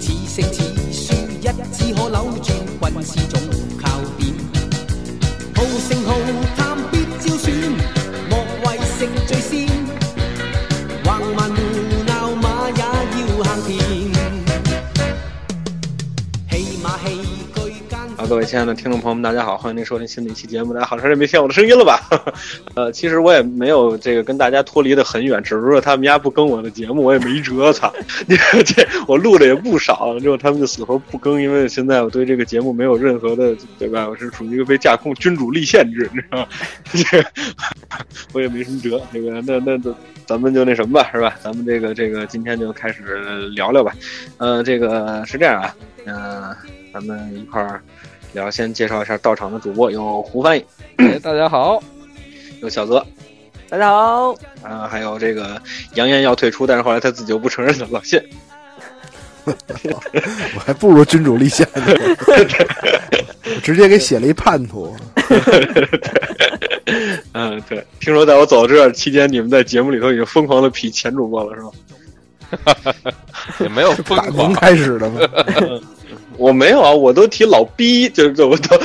性似書，一支可扭轉軍師總靠點。好勝好貪必招損，莫為勝最先。橫蠻鬧馬也要行田，戲馬戲句間。啊，各位亲爱的听众朋友们，大家好，欢迎您收听新的一期节目。大家好长时间没听我的声音了吧？ 呃，其实我也没有这个跟大家脱离的很远，只不过他们家不更我的节目，我也没辙。操，你看这我录的也不少，之后他们就死活不更，因为现在我对这个节目没有任何的，对吧？我是属于一个被架空君主立宪制，你知道吗？ 这个我也没什么辙。这个那那那咱们就那什么吧，是吧？咱们这个这个今天就开始聊聊吧。呃，这个是这样啊，嗯、咱们一块儿。聊，先介绍一下到场的主播，有胡翻译，哎，大家好，有小泽，大家好，啊、还有这个扬言要退出，但是后来他自己又不承认的老谢， 我还不如君主立宪呢，我直接给写了一叛徒。嗯，对，听说在我走这期间，你们在节目里头已经疯狂的劈前主播了，是吧？也没有 疯打狂您，开始的吗？我没有啊，我都提老逼，就是这我都，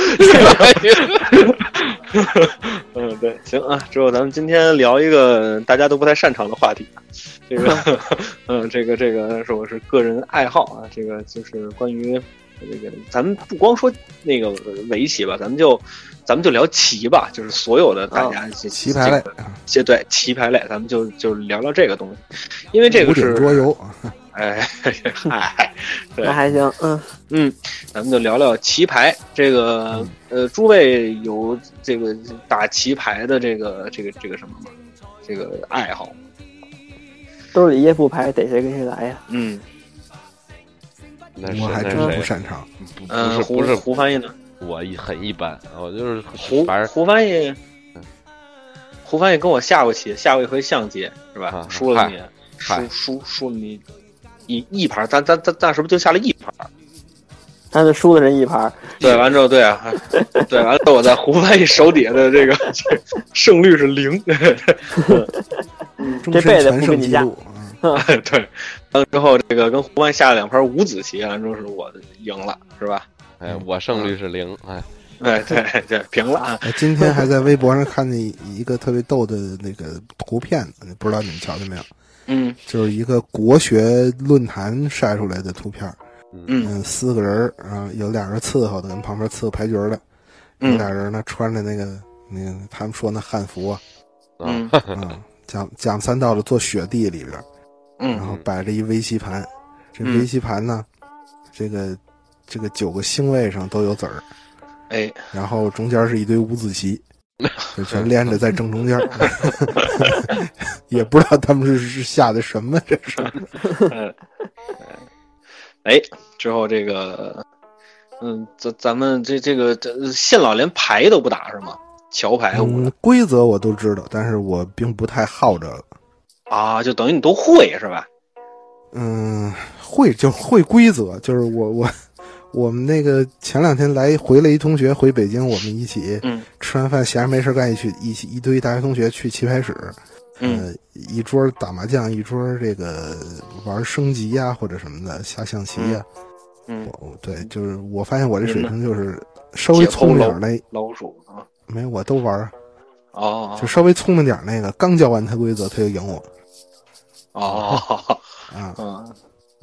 嗯，对，行啊，之后咱们今天聊一个大家都不太擅长的话题啊，这 个，嗯，这个这个是我是个人爱好啊，这个就是关于这个，咱们不光说那个围棋吧，咱们就咱们就聊棋吧，就是所有的大家这哦棋牌啊类，，这对棋牌类，咱们就就聊聊这个东西，因为这五个点是桌游，啊哎， 嗨，对那还行，嗯，嗯，咱们就聊聊棋牌。这个嗯呃，诸位有这个打棋牌的这个这个这个什么吗？这个爱好？兜里一副牌，逮谁跟谁来呀？嗯 那是我还真那不是谁擅长。不嗯、呃，不是胡不是胡翻译呢？我一很一般，我就是胡反正胡翻译嗯，胡翻译跟我下过棋，下过一回象棋，是吧？啊输了你，嗨输输输了你一一盘，咱咱咱咱是不是就下了一盘？那就输的人一盘，对，完之后， 对啊，对，完了之后我在胡翻译手底下的这个 胜率是零。嗯终身辈子全不胜跟你记下录，嗯 对，完了之后这个跟胡曼下了两盘五子棋，完了之后是我赢了，是吧？ 哎，我胜率是零，哎，哎，对对，平了啊！我哎今天还在微博上看见一个特别逗的那个图片，不知道你们瞧见没有？嗯就是一个国学论坛晒出来的图片，嗯嗯，四个人儿，啊，有俩人伺候的，跟旁边伺候牌局儿的，有嗯俩人呢穿着那个那个他们说那汉服啊，啊，嗯啊，讲讲三道的坐雪地里边儿，然嗯后摆着一围棋盘，这嗯围棋盘呢，这个这个九个星位上都有子儿，哎，然后中间是一堆五 子棋，就全连着在正中间儿， 也不知道他们是是下的什么，这是嗯，哎，之后这个，嗯，咱咱们这这个这现老连牌都不打是吗？桥牌什么嗯的、规则我都知道，但是我并不太好这个，啊，就等于你都会是吧？嗯，会就会规则，就是我我。我们那个前两天来回了一同学回北京，我们一起嗯吃完饭闲着没事干一起一起一堆大学同学去棋牌室，嗯呃，一桌打麻将，一桌这个玩升级呀、或者什么的下象棋呀、嗯，我对，就是我发现我这水平就是稍解微剖聪明点喽儿那，老鼠啊，没有我都玩儿，哦就稍微聪明点儿那个，刚教完他规则他就赢我哦， 啊。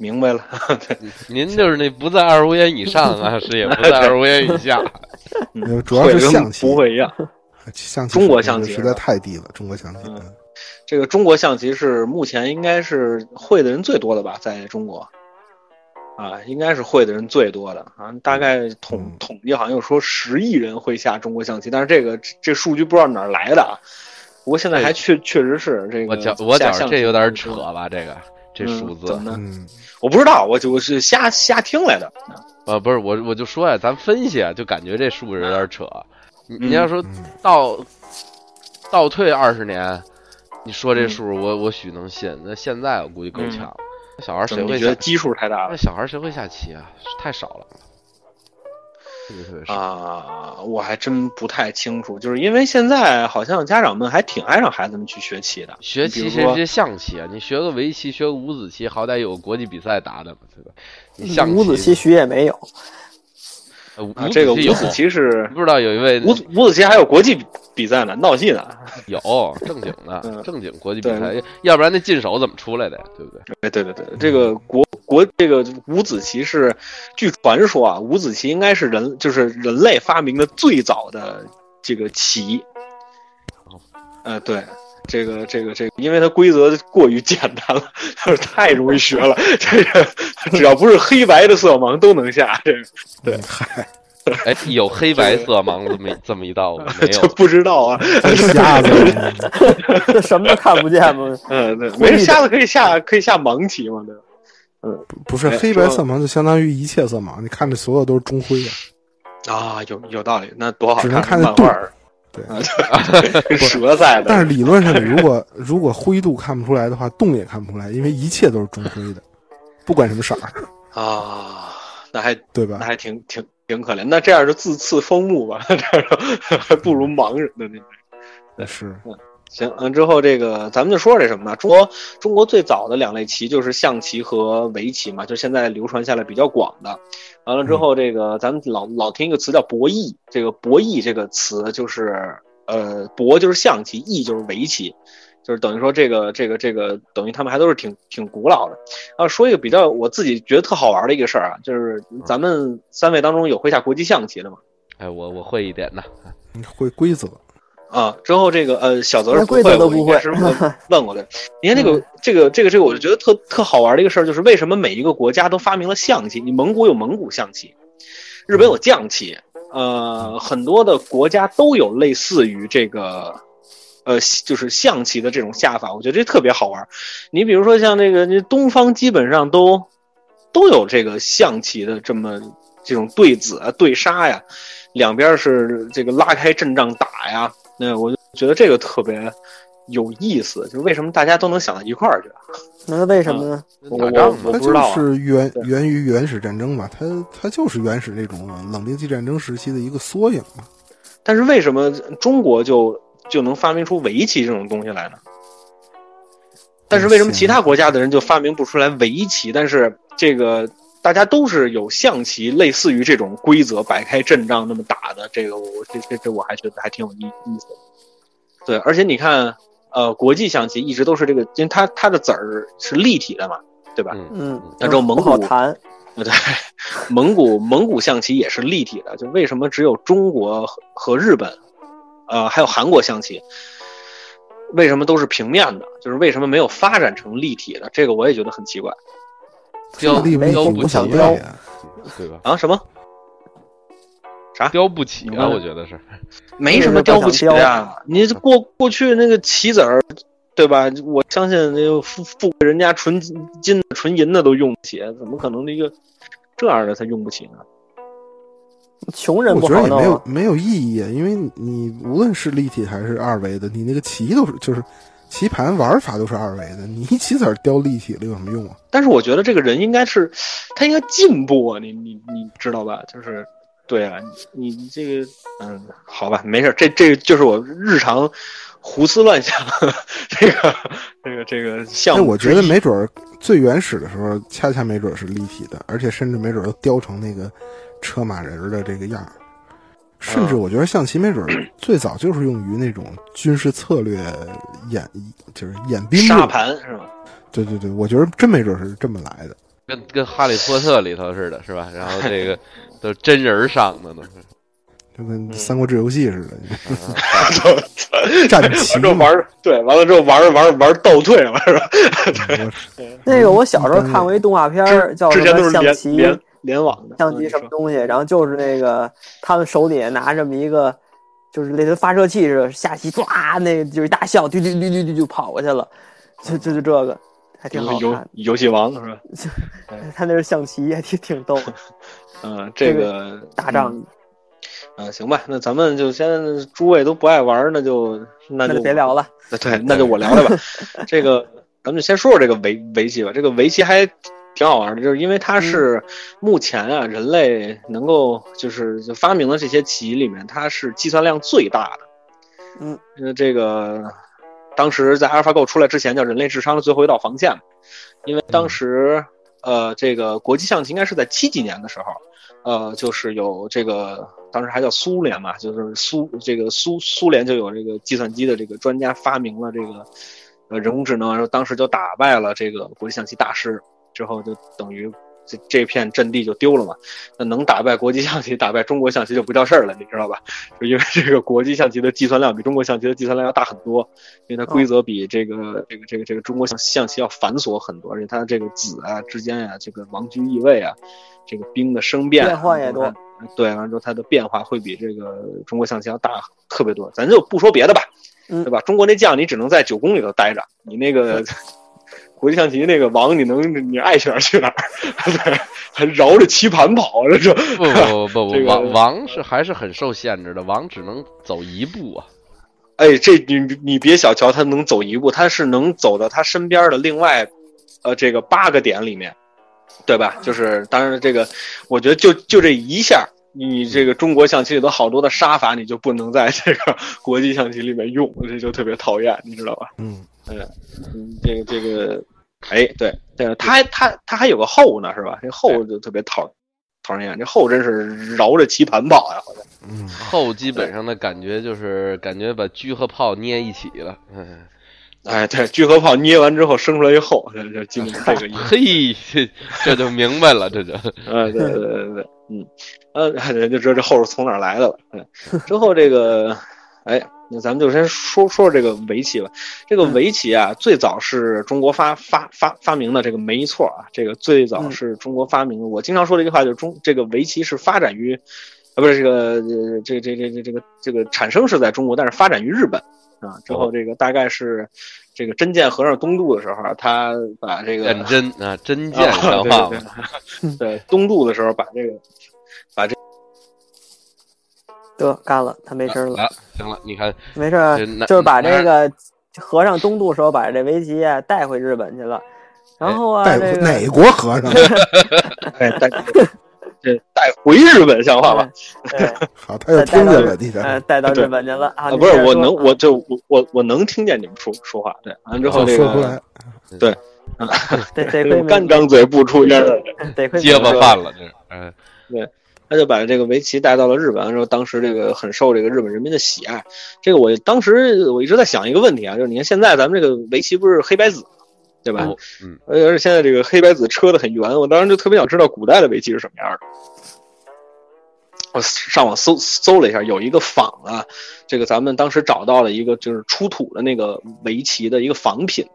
嗯，明白了，您就是那不在二十五元以上啊，是也不在二十五元以下，没有主要是象棋不嗯会一样。象棋中国水平象棋实在太低了，中国象棋。嗯嗯这个中国象棋是目前应该是会的人最多的吧，在中国，啊，应该是会的人最多的啊，大概统嗯统计好像有说十亿人会下中国象棋，但是这个这这数据不知道哪儿来的啊。不过现在还确确实是这个哎我觉我觉嗯下着象棋这有点的扯人吧，这个这嗯数字怎么呢？嗯，我不知道，我就我是瞎瞎听来的。啊，不是我我就说呀，咱分析啊，就感觉这数字有点扯，你嗯你要说嗯倒倒退二十年，你说这数我我许能信，那现在我估计够呛了，那小孩啊怎谁么会你觉得下？基数太大那了？小孩谁会下棋啊？太少了。特别特别少。啊，我还真不太清楚，就是因为现在好像家长们还挺爱让孩子们去学棋的，学比棋如学说学象棋啊，你学个围棋，学个五子棋，好歹有国际比赛打的嘛，对吧？你象棋，嗯五子棋徐也没有，呃五啊，这个五有嗯子棋是不知道有一位五子五子棋还有国际比比赛呢，闹啊戏呢。有正经的嗯正经国际比对赛，要不然那进手怎么出来的呀？对不对？哎，对对对，这个嗯国国这个五子棋是，据传说啊，五子棋应该是人就是人类发明的最早的这个棋哦。呃，对。这个这个这个，因为它规则过于简单了， 就是太容易学了。这个只要不是黑白的色盲都能下，这个对嗨，哎，有黑白色盲这么一这么 一道吗？没有这，不知道啊。瞎子，这什么都看不见 吗？嗯，对，没事，下次可以下可以下盲棋嘛，对吧？不是黑白色盲，就相当于一切色盲。你看这所有都是中灰的，啊，有有道理，那多好，只能看看漫得画儿，对 啊， 跟蛇赛的但是理论上，你如果 如果灰度看不出来的话，洞也看不出来，因为一切都是中灰的，不管什么色儿，啊，那还对那吧？还挺挺挺可怜。那这样就自刺封墓吧， 这样还不如盲人的那。是，嗯行，完之后这个咱们就说这什么呢？中国中国最早的两类棋就是象棋和围棋嘛，就现在流传下来比较广的。完了之后，这个咱们老老听一个词叫博弈，这个博弈这个词就是呃，博就是象棋，弈就是围棋。就是等于说这个这个这个，等于他们还都是挺挺古老的。然后说一个比较我自己觉得特好玩的一个事儿啊，就是咱们三位当中有会下国际象棋的吗？哎，我我会一点的，你会规则，啊，之后这个呃，小泽是连不规则会都我不应该会嗯是 问问过的。你看这个这个这个这个，我就觉得特特好玩的一个事儿，就是为什么每一个国家都发明了象棋？你蒙古有蒙古象棋，日本有嗯将棋，呃，很多的国家都有类似于这个。呃，就是象棋的这种下法，我觉得这特别好玩。你比如说像这个，这东方基本上都都有这个象棋的这么这种对子啊、对杀呀，两边是这个拉开阵仗打呀。那我就觉得这个特别有意思，就是为什么大家都能想到一块儿去？那为什么呢？我打仗我嘛它不知道就啊是源对源于原始战争嘛，它它就是原始那种冷兵器战争时期的一个缩影嘛。但是为什么中国就就能发明出围棋这种东西来呢？但是为什么其他国家的人就发明不出来围棋？但是这个大家都是有象棋，类似于这种规则摆开阵仗那么打的，这个我这这这我还觉得还挺有意意思的。对，而且你看，呃，国际象棋一直都是这个，因为它它的子儿是立体的嘛，对吧？嗯，嗯，那就蒙不古好谈。啊，对，蒙古蒙古象棋也是立体的，就为什么只有中国和和日本，呃，还有韩国象棋，为什么都是平面的？就是为什么没有发展成立体的？这个我也觉得很奇怪雕立没雕都有不不起想想来，雕要呀，对吧？啊！什么雕不起明白啊，了我觉得是。没什么雕啊不起的呀？你这过过去那个棋子儿，对吧？我相信那个富富贵人家纯金的、纯银的都用不起，怎么可能那个这样的他用不起呢？穷人我不觉得好也弄没有啊，没有意义，因为你无论是立体还是二维的，你那个棋都是就是棋盘玩法都是二维的，你一棋子儿雕立体了有什么用啊？但是我觉得这个人应该是，他应该进步啊，你你你知道吧？就是，对啊，你你这个，嗯，好吧，没事儿，这这就是我日常胡思乱想，这个这个这个项那目。哎我觉得没准儿最原始的时候，恰恰没准儿是立体的，而且甚至没准儿都雕成那个车马人儿的这个样儿。甚至我觉得象棋没准儿最早就是用于那种军事策略演，就是演兵沙用。盘是吧？对对对，我觉得真没准儿是这么来的。跟跟哈利波特里头似的，是吧？然后这个都是真人儿上的都是，就嗯跟《三国志》游戏似 的，战棋完之后嘛玩儿，对，完了之后玩儿玩儿玩儿倒退了是吧？我那个我小时候看过一动画片儿，叫之什前都么是象联棋。联联网的嗯相机什么东西，然后就是那个他们手里拿这么一个，就是类似发射器似的，下棋唰，那就是一大象，嘟嘟嘟嘟嘟就跑过去了，就就就这个，还挺游好游看。游戏王是吧？他那是象棋，还挺挺逗 的，嗯，这这个个打仗嗯啊，行吧，那咱们就先诸位都不爱玩儿，那就那那就就别聊了。 那对，那就我聊聊吧。这个咱们就先说说这个围围棋吧。这个围棋还挺好玩的，就是因为它是目前啊人类能够就是就发明的这些棋里面，它是计算量最大的。嗯，因为这个当时在 AlphaGo 出来之前叫人类智商的最后一道防线嘛，因为当时呃这个国际象棋应该是在七几年的时候，呃就是有这个当时还叫苏联嘛，就是苏这个苏苏联就有这个计算机的这个专家发明了这个呃人工智能，然后当时就打败了这个国际象棋大师，之后就等于。这这片阵地就丢了嘛？那能打败国际象棋，打败中国象棋就不叫事儿了，你知道吧？就因为这个国际象棋的计算量比中国象棋的计算量要大很多，因为它规则比这哦个、这个这个这个中国象象棋要繁琐很多，而且它这个子啊之间啊，这个王居易位啊，这个兵的生变啊、变化也多然后它。对，完了之后它的变化会比这个中国象棋要大特别多。咱就不说别的吧，嗯对吧？中国那将你只能在九宫里头待着，你那个国际象棋那个王你能你爱去哪儿去哪儿，对，还绕着棋盘跑，这是不不不不这不，个王王是还是很受限制的，王只能走一步啊。哎，这你你别小瞧他能走一步，他是能走到他身边的另外，呃，这个八个点里面，对吧？就是当然这个，我觉得就就这一下，你这个中国象棋里头好多的杀法，你就不能在这个国际象棋里面用，这就特别讨厌，你知道吧？嗯，嗯，这个这个，哎，对对，他还他他还有个后呢，是吧？这后就特别讨讨人厌，这后真是绕着棋盘跑呀，好像。嗯，后基本上的感觉就是感觉把车和炮捏一起了。嗯，哎，对，聚合炮捏完之后生出来一后，这这基本是这 个意思。嘿，这这就明白了，这就呃，哎对对对对对，嗯，呃，人就知道这后是从哪儿来的了。对，之后这个，哎，那咱们就先说说这个围棋吧。这个围棋啊，最早是中国发发发发明的，这个没错啊，这个最早是中国发明的。我经常说的一句话就是中这个围棋是发展于，啊，不是这个呃这个这个这个这个这个产生是在中国，但是发展于日本。啊，之后这个大概是，这个真剑和尚东渡的时候啊，他把这个认真啊，真见笑话嘛。对对对 对，东渡的时候把这个得干了，他没声了，啊，行了，你看没事儿这那，啊就是把这那个和尚东渡时候把这围棋啊带回日本去了，然后啊，带这个哪国和尚？啊 哎， 带这带回日本像话吧？对好，他又听见了，你呃的带到对日本 去了啊啊，，不是你接，着我说能，我就我我我能听见你们说说话，对，完了之后啊说这出个来，得得这个亏干没张嘴不出烟儿，得亏没结巴饭了，这是嗯他就把这个围棋带到了日本，然后当时这个很受这个日本人民的喜爱。这个我当时我一直在想一个问题啊，就是你看现在咱们这个围棋不是黑白子，对吧？哦嗯而且而且现在这个黑白子车的很圆，我当时就特别想知道古代的围棋是什么样的。我上网搜搜了一下，有一个仿啊，这个咱们当时找到了一个就是出土的那个围棋的一个仿品，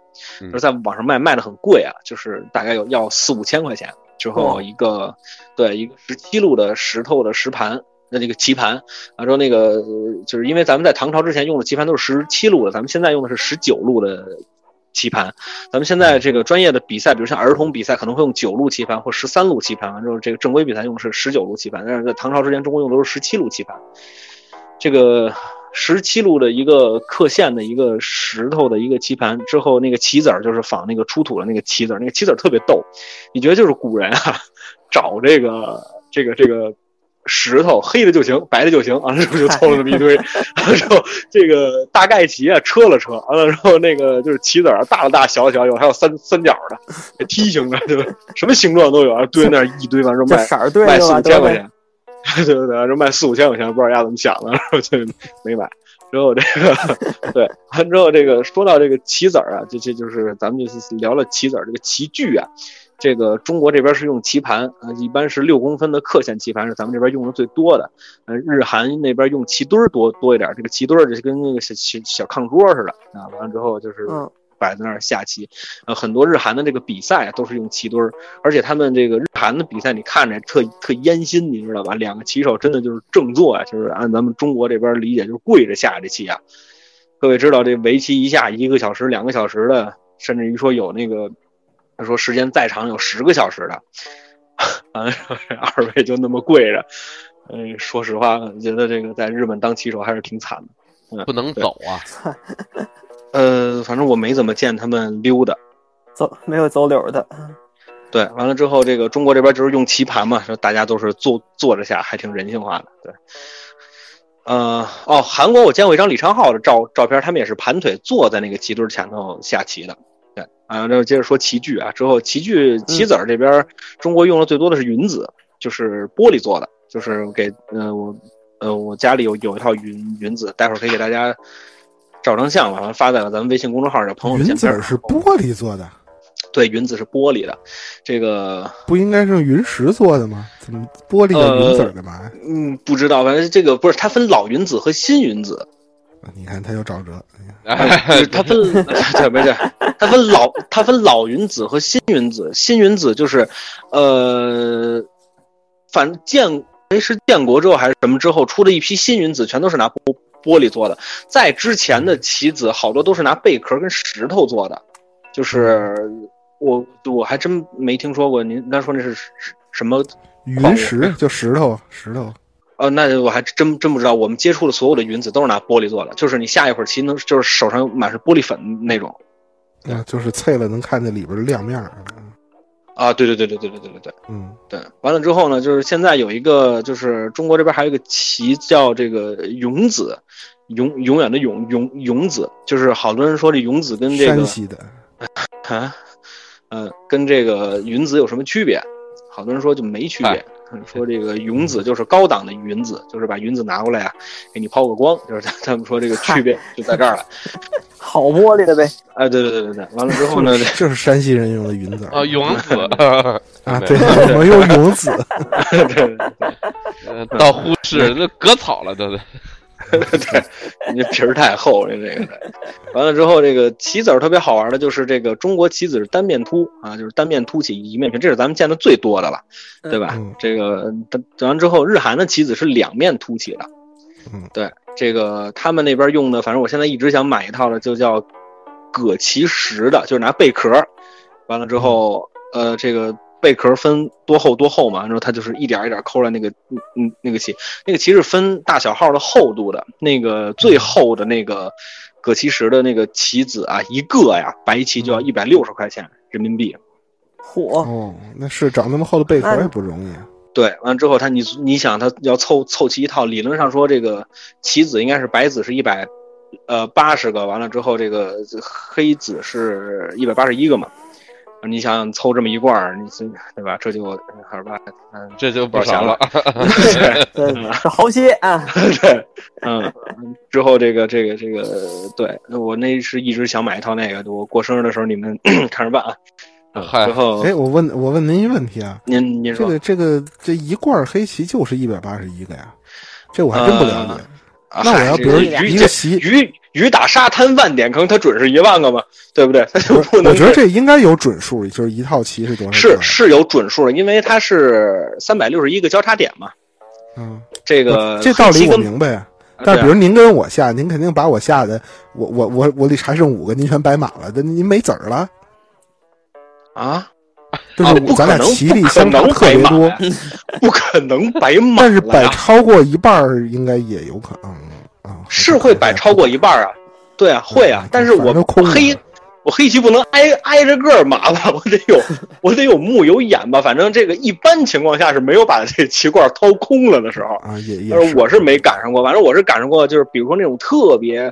嗯就是在网上卖卖的很贵啊，就是大概有要四五千块钱。之后哦一个、对一个十七路的石头的石盘，那这个棋盘，然后那个呃就是因为咱们在唐朝之前用的棋盘都是十七路的，咱们现在用的是十九路的棋盘，咱们现在这个专业的比赛，比如像儿童比赛，可能会用九路棋盘或十三路棋盘，完之后这个正规比赛用的是十九路棋盘，但是在唐朝之前，中国用的都是十七路棋盘。这个十七路的一个刻线的一个石头的一个棋盘之后，那个棋子儿就是仿那个出土的那个棋子儿，那个棋子儿特别逗，你觉得就是古人啊，找这个这个这个石头，黑的就行，白的就行，啊完了之后就凑了那么一堆，完了之后这个大概齐啊，车了车，完了之后那个就是棋子儿啊大了大，小了小，有还有三三角的，梯形的，就什么形状都有，啊，堆在那儿一堆，完了之后这卖色儿对卖了四吧？五得千块亏钱，对对对，就卖四五千块钱，不知道丫怎么想的，然后就没买。之后这个对，完之后这个说到这个棋子儿啊，这这就是咱们就是聊了棋子儿这个棋具啊，这个中国这边是用棋盘啊，一般是六公分的刻线棋盘是咱们这边用的最多的，呃，日韩那边用棋墩儿多多一点儿，这个棋墩儿就跟那个小小小炕桌似的啊，完了之后就是嗯摆在那儿下棋，呃，很多日韩的这个比赛都是用棋墩儿，而且他们这个日韩的比赛，你看着特特烟熏，你知道吧？两个棋手真的就是正坐啊，就是按咱们中国这边理解，就是跪着下这棋啊。各位知道这围棋一下一个小时、两个小时的，甚至于说有那个，他说时间再长有十个小时的，完了之后这二位就那么跪着。嗯，说实话，我觉得这个在日本当棋手还是挺惨的。不能走啊，呃，反正我没怎么见他们溜达。走没有走柳儿的，对，完了之后，这个中国这边就是用棋盘嘛，说大家都是坐坐着下，还挺人性化的。对，呃，哦，韩国我见过一张李昌镐的照照片，他们也是盘腿坐在那个棋墩前头下棋的。对，啊，那接着说棋具啊，之后棋具嗯棋子儿这边，中国用的最多的是云子，就是玻璃做的，就是给呃我呃我家里有有一套云云子，待会儿可以给大家照张相吧，完了发在了咱们微信公众号上，朋友们云见子片儿是玻璃做的，对，云子是玻璃的，这个不应该是用云石做的吗？怎么玻璃叫云子儿干嘛呀？嗯，不知道，反正这个不是，它分老云子和新云子，呃你看他又找辙，哎呀啊就是它分， 对，没事，它分老，它分老云子和新云子。新云子就是，呃，反正建哎是建国之后还是什么之后出的一批新云子，全都是拿玻玻璃做的。在之前的棋子，好多都是拿贝壳跟石头做的，就是我我还真没听说过。您刚才说那是什么云石就石头啊石头，呃，那我还真真不知道，我们接触的所有的云子都是拿玻璃做的，就是你下一会儿棋能就是手上满是玻璃粉那种对啊，就是碎了能看见里边的亮面儿。啊，对对对对对对对对对嗯，对，完了之后呢，就是现在有一个就是中国这边还有一个棋叫这个永子，永永远的永永永子，就是好多人说这永子跟这山个西的啊，呃，跟这个云子有什么区别？好多人说就没区别嗯哎，说这个云子就是高档的云子，就是把云子拿过来啊，给你抛个光，就是 他他们说这个区别就在这儿了。好玻璃的呗，哎，对对对对对，完了之后呢， 这就是山西人用的云子儿啊，永子啊，对，我们用云子，对对对 呃到忽视那割草了，都都对，你皮儿太厚了，这个。完了之后，这个棋子儿特别好玩的，就是这个中国棋子是单面凸啊，就是单面凸起一面平，这是咱们见的最多的了，对吧？嗯这个嗯完了之后，日韩的棋子是两面凸起的，嗯，对，这个他们那边用的，反正我现在一直想买一套的，就叫葛其实的，就是拿贝壳儿，完了之后，呃，这个贝壳儿分多厚多厚嘛，然后它就是一点儿一点儿抠来那个，嗯嗯，那个棋，那个棋是分大小号的厚度的，那个最厚的那个葛其实的那个棋子啊，一个呀，白棋就要一百六十块钱人民币。火哦，那是长那么厚的贝壳也不容易。对，完了之后他你你想他要凑凑齐一套，理论上说这个棋子应该是白子是一百，呃八十个，完了之后这个黑子是一百八十一个嘛，你想想凑这么一罐儿，你这对吧？这就二十八，嗯，这就不少了。 对，是豪些啊， 对，嗯，之后这个这个这个，对我那是一直想买一套那个，我过生日的时候你们 看着办啊。嗯嗨之哦后哎，我问我问您一问题啊，您您这说个这个这一罐黑棋就是一百八十一个呀，这我还真不了解。啊那我要嗨比这如个一鱼个这棋，鱼鱼打沙滩万点坑，它准是一万个嘛，对不对？ 它就呃不能我觉得这应该有准数，就是一套棋是多少是个？是有准数的，因为它是三百六十一个交叉点嘛。嗯，这个这道黑棋理我跟明白呀。啊但对是啊比如您跟我下，您肯定把我下的，我我我我里还剩五个，您全摆满了，但您没子儿了，啊，就是啊我不可咱俩能棋力不可相差能特摆别满多，呀，不可能摆满，但是摆超过一半儿应该也有可能啊，是会摆超过一半儿啊，对啊，会啊嗯，但是我反正空着黑我黑棋不能挨挨着个儿码吧，我得 有我得有目有眼吧，反正这个一般情况下是没有把这棋罐掏空了的时候，啊，也但也呃是我是没赶上过，反正我是赶上过，就是比如说那种特别。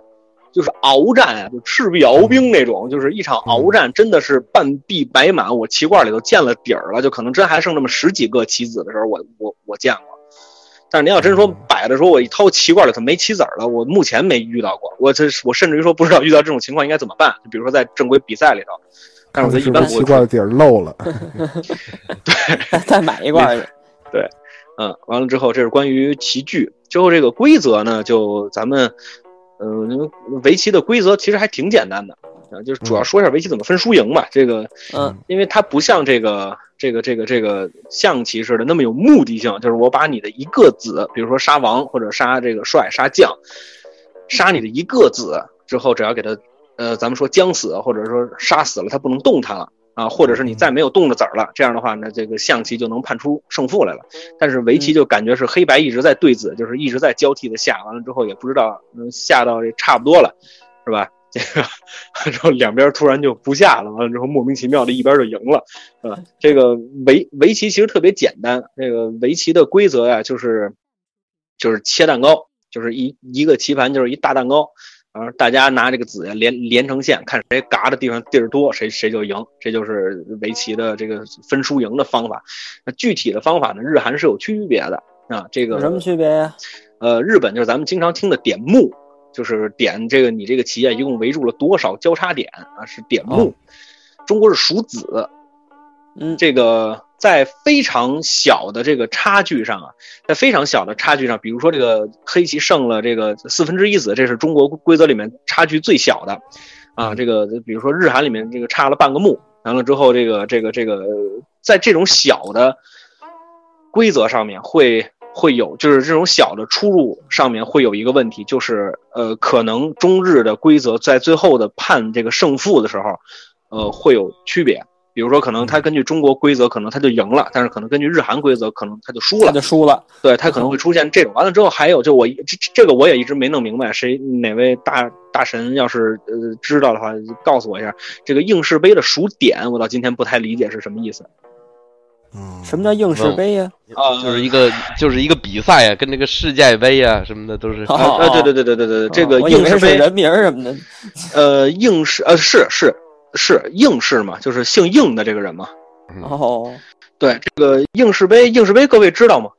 就是鏖战啊，就赤壁鏖嗯兵那种，就是一场鏖战，真的是半壁摆满。我棋罐里头见了底儿了，就可能真还剩那么十几个棋子的时候，我我我见过。但是您要真嗯说摆的时候，我一掏棋罐里头没棋子儿了，我目前没遇到过。我这我甚至于说不知道遇到这种情况应该怎么办，就比如说在正规比赛里头，但是我看觉得是一不般不会是棋出罐底儿漏了，再再买 一罐去，嗯，完了之后，这是关于棋具。之后这个规则呢，就咱们，嗯、因为围棋的规则其实还挺简单的，啊，就是主要说一下围棋怎么分输赢吧。这个，嗯，因为它不像这个这个这个这个象棋似的那么有目的性，就是我把你的一个子，比如说杀王或者杀这个帅、杀将，杀你的一个子之后，只要给他，呃，咱们说将死或者说杀死了，他不能动弹了。啊，或者是你再没有动的子儿了，这样的话呢，这个象棋就能判出胜负来了。但是围棋就感觉是黑白一直在对子，就是一直在交替的下，完了之后也不知道嗯下到这差不多了，是吧？这个然后两边突然就不下了，完了之后莫名其妙的一边就赢了，啊、这个围围棋其实特别简单，这个围棋的规则呀、就是就是切蛋糕，就是一一个棋盘就是一大蛋糕，然后大家拿这个子呀连连成线，看谁嘎的地方地儿多，谁谁就赢，这就是围棋的这个分输赢的方法。那具体的方法呢，日韩是有区别的啊，这个有什么区别呀？呃，日本就是咱们经常听的点目，就是点这个你这个棋啊，一共围住了多少交叉点啊，是点目。中国是数子，嗯，这个在非常小的这个差距上啊，在非常小的差距上，比如说这个黑棋胜了这个四分之一子，这是中国规则里面差距最小的，啊，这个比如说日韩里面这个差了半个目，完了之后这个这个这个，呃在这种小的规则上面会会有，就是这种小的出入上面会有一个问题，就是呃，可能中日的规则在最后的判这个胜负的时候，呃，会有区别。比如说，可能他根据中国规则，可能他就赢了，但是可能根据日韩规则，可能他就输他了。就输了。对他可能会出现这种。完了之后，还有就我这这这个我也一直没弄明白，谁哪位大大神要是呃知道的话，告诉我一下。这个应试杯的数点，我到今天不太理解是什么意思。嗯，什么叫应试杯呀？啊就是一个就是一个比赛啊呀、跟这个世界杯呀、什么的都是。好啊，呃对对对对对对，对这个哦我以应为试是杯人名儿什么的。呃，应试呃是是是应试嘛，就是姓应的这个人嘛。嗯哦，对，这个应试杯，应试杯各位知道吗？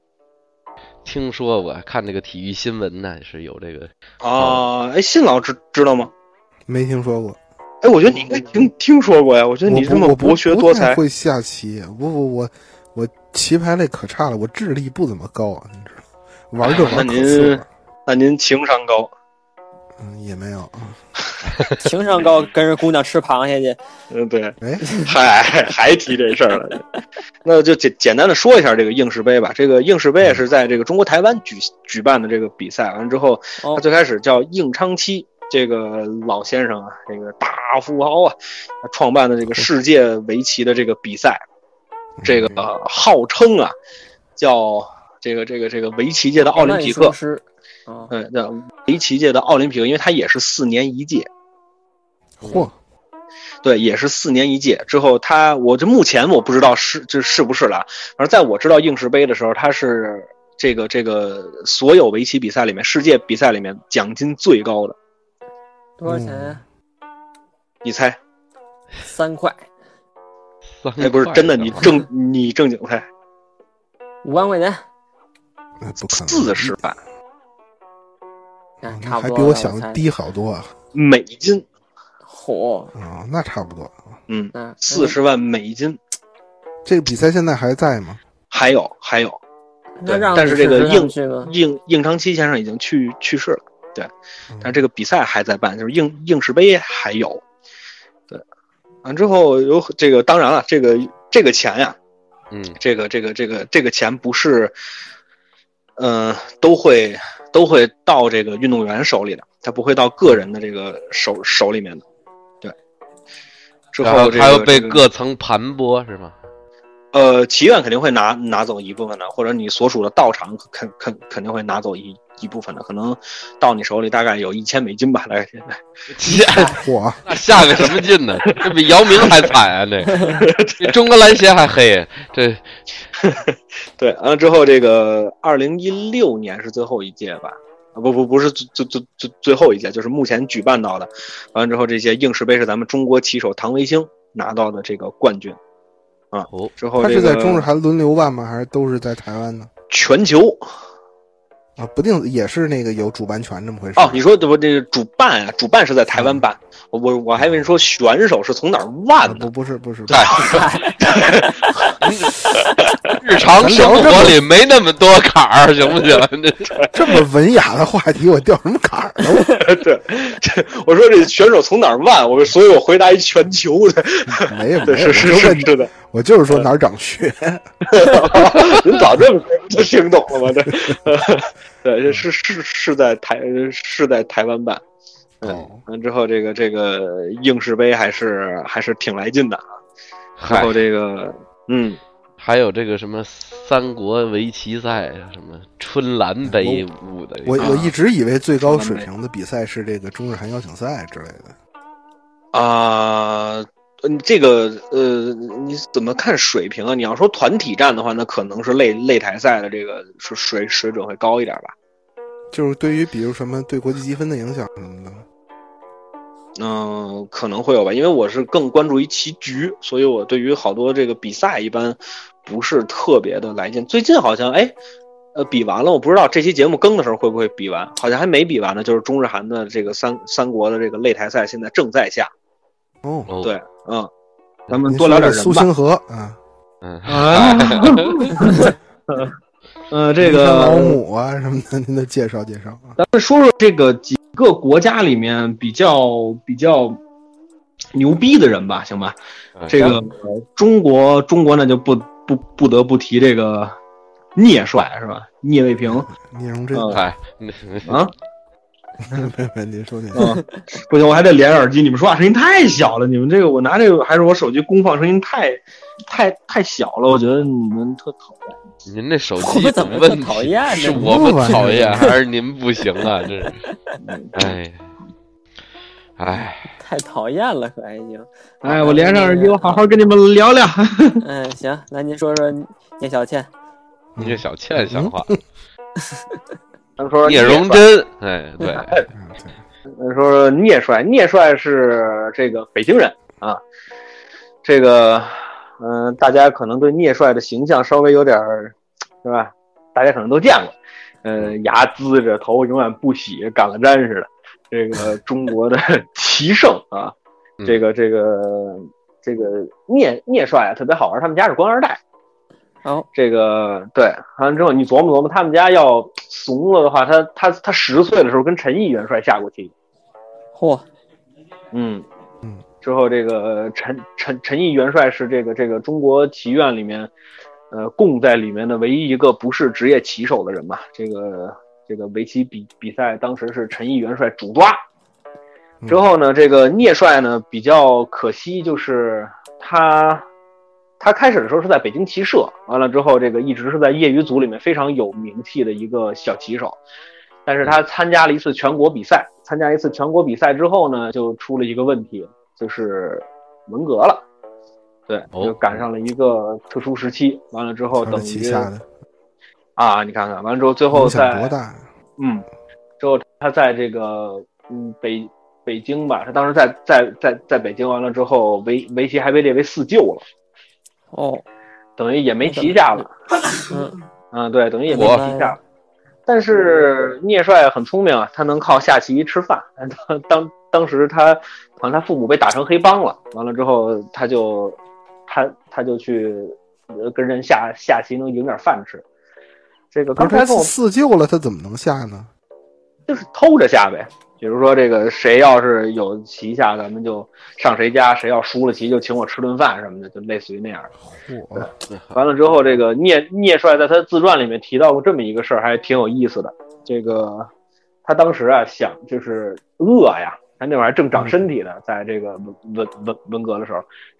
听说过，看这个体育新闻呢，是有这个。啊，哎，信老知知道吗？嗯没听说过。哎，我觉得你应该听听说过呀。我觉得我你不这么我不博学不多太才，会下棋，不不，我我棋牌类可差了，我智力不怎么高啊，你知道，玩就啊那玩可您次了，那呃您情商高。嗯，也没有。情 商高，跟着姑娘吃螃蟹去。嗯，对。 哎，嗨，还提这事儿了？那就简简单的说一下这个应试杯吧。这个应试杯也是在这个中国台湾举举办的这个比赛，完了之后，哦他最开始叫应昌期这个老先生啊，这个大富豪啊，创办的这个世界围棋的这个比赛，这个、呃号称啊叫这个这个这个围棋界的奥林匹克，师。哦嗯，那围棋界的奥林匹克，因为它也是四年一届，嚯，对，也是四年一届。之后他，我就目前我不知道是就是不是了。而在我知道应试杯的时候，它是这个这个所有围棋比赛里面，世界比赛里面奖金最高的。多少钱啊？嗯你猜？三块，三哎，不是块真的，呢你正你正经猜，五万块哦钱，那不可能，四十万啊嗯，那哎差不还多。比我想猜的。低好多啊！美金，嚯，啊，那差不多。嗯，那四十万美金。这个比赛现在还在吗？还有还有，那让但是这个应这个应应昌期先生已经去去世了，对，但嗯这个比赛还在办，就是应应试杯还有，对，完之后有这个，当然了，这个这个钱呀、嗯，这个这个这个这个钱不是，呃，都会都会到这个运动员手里的，他不会到个人的这个手手里面的，对。之然后这他又个被这个各层盘剥是吗？ 呃，祈愿肯定会拿拿走一部分的，或者你所属的道场肯肯肯定会拿走一一部分的，可能到你手里大概有一千美金吧，大概现在。哎嚯，那下个什么劲呢？这比姚明还惨啊！这 比中国篮协还黑，啊这对，完了之后，这个二零一六年是最后一届吧？啊，不不不是最最最最最后一届，就是目前举办到的。完了之后，这些应试杯是咱们中国棋手唐维星拿到的这个冠军。啊，哦之后他这是在个中日韩轮流办吗？还是都是在台湾呢？全球啊，不定也是那个有主办权这么回事。哦，你说这不这个主办啊？主办是在台湾办，我我我还以为你说选手是从哪儿啊办的不，不是不是，嗨，日常生活里没那么多坎儿，行不行？这这么文雅的话题，我掉什么坎儿了？我 对，这我说这选手从哪儿办，我所以我回答一全球的， 没有没对，有，哎我是是就是问你，是的，呃我就是说哪儿长 血。您早这么 就嗯听懂了 吗？这，对，这是是是在台是在台湾办，哦，完之后这个这个应试杯还是还是挺来劲的，然嗨后，这个嗯，还有这个什么三国围棋赛，啊什么春兰杯舞的，啊我我一直以为最高水没平的比赛是这个中日韩邀请赛之类的。啊、嗯，这个呃，你怎么看水平啊？你要说团体战的话，那可能是擂擂台赛的这个是水水准会高一点吧。就是对于比如什么对国际积分的影响什么的，嗯，可能会有吧，因为我是更关注于棋局，所以我对于好多这个比赛一般不是特别的来劲。最近好像哎，呃，比完了，我不知道这期节目更的时候会不会比完，好像还没比完呢。就是中日韩的这个三三国的这个擂台赛现在正在下，哦，哦，对，嗯，咱们您多聊说点这人苏吧。星河啊，嗯，啊， 呃，这您看个老母啊什么的，您都介绍介绍啊。咱们说说这个几个国家里面比较比较牛逼的人吧，行吧？嗯这个中国中国那就不不不得不提这个聂帅是吧？聂卫 平聂荣臻，嗯嗨，啊， 没没，您说您说啊，不行，我还得连耳机。你们说话声音太小了，你们这个我拿这个还是我手机功放声音太太太小了，我觉得你们特讨厌。您这手我机们有怎么问这么题？讨厌呢是你我这们玩意儿讨厌，还是您不行啊？这 是，哎，哎，太讨厌了，可还行。哎，我连上耳机，我好好跟你们聊聊。嗯，行，那您说说聂小倩，你这小嗯倩像话。咱说聂荣臻，哎，对，嗯对呃说说聂帅，聂帅是这个北京人啊，这个嗯、呃大家可能对聂帅的形象稍微有点儿，是吧？大家可能都见过，呃，牙呲着，头发永远不洗，橄榄毡似的，这个中国的奇圣啊，嗯这个这个这个聂聂帅啊，特别好玩，他们家是官二代。哦，这个对，完了之后你琢磨琢磨，他们家要怂了的话，他他他十岁的时候跟陈毅元帅下过棋，嚯，嗯嗯，之后这个呃陈陈陈毅元帅是这个这个中国棋院里面，呃，供在里面的唯一一个不是职业棋手的人吧。这个这个围棋比比赛当时是陈毅元帅主抓，嗯之后呢，这个聂帅呢比较可惜，就是他他开始的时候是在北京棋社，完了之后这个一直是在业余组里面非常有名气的一个小棋手，但是他参加了一次全国比赛，参加一次全国比赛之后呢，就出了一个问题，就是文革了。对，哦就赶上了一个特殊时期，完了之后嗯他等们于旗下的啊，你看看，完了之后最后影响在多大？嗯，之后他在这个嗯北北京吧，他当时在在在在北京完了之后，围围棋还被列为四旧了，哦，等于也没棋下了。嗯，嗯，对，等于也没我棋下了。但是聂帅很聪明啊，他能靠下棋吃饭。 当当当时他好像他父母被打成黑帮了，完了之后他就他他就去呃跟人下下棋，能赢点饭吃。这个不刚是才他跟我四旧了，他怎么能下呢？就是偷着下呗。比如说这个谁要是有棋下，咱们就上谁家；谁要输了棋，就请我吃顿饭什么的，就类似于那样的。嚯，嗯 完了之后，这个聂聂帅在他自传里面提到过这么一个事儿，还挺有意思的。这个他当时啊想就是饿呀，他那会儿还正长身体呢，在这个文文文文革的时候，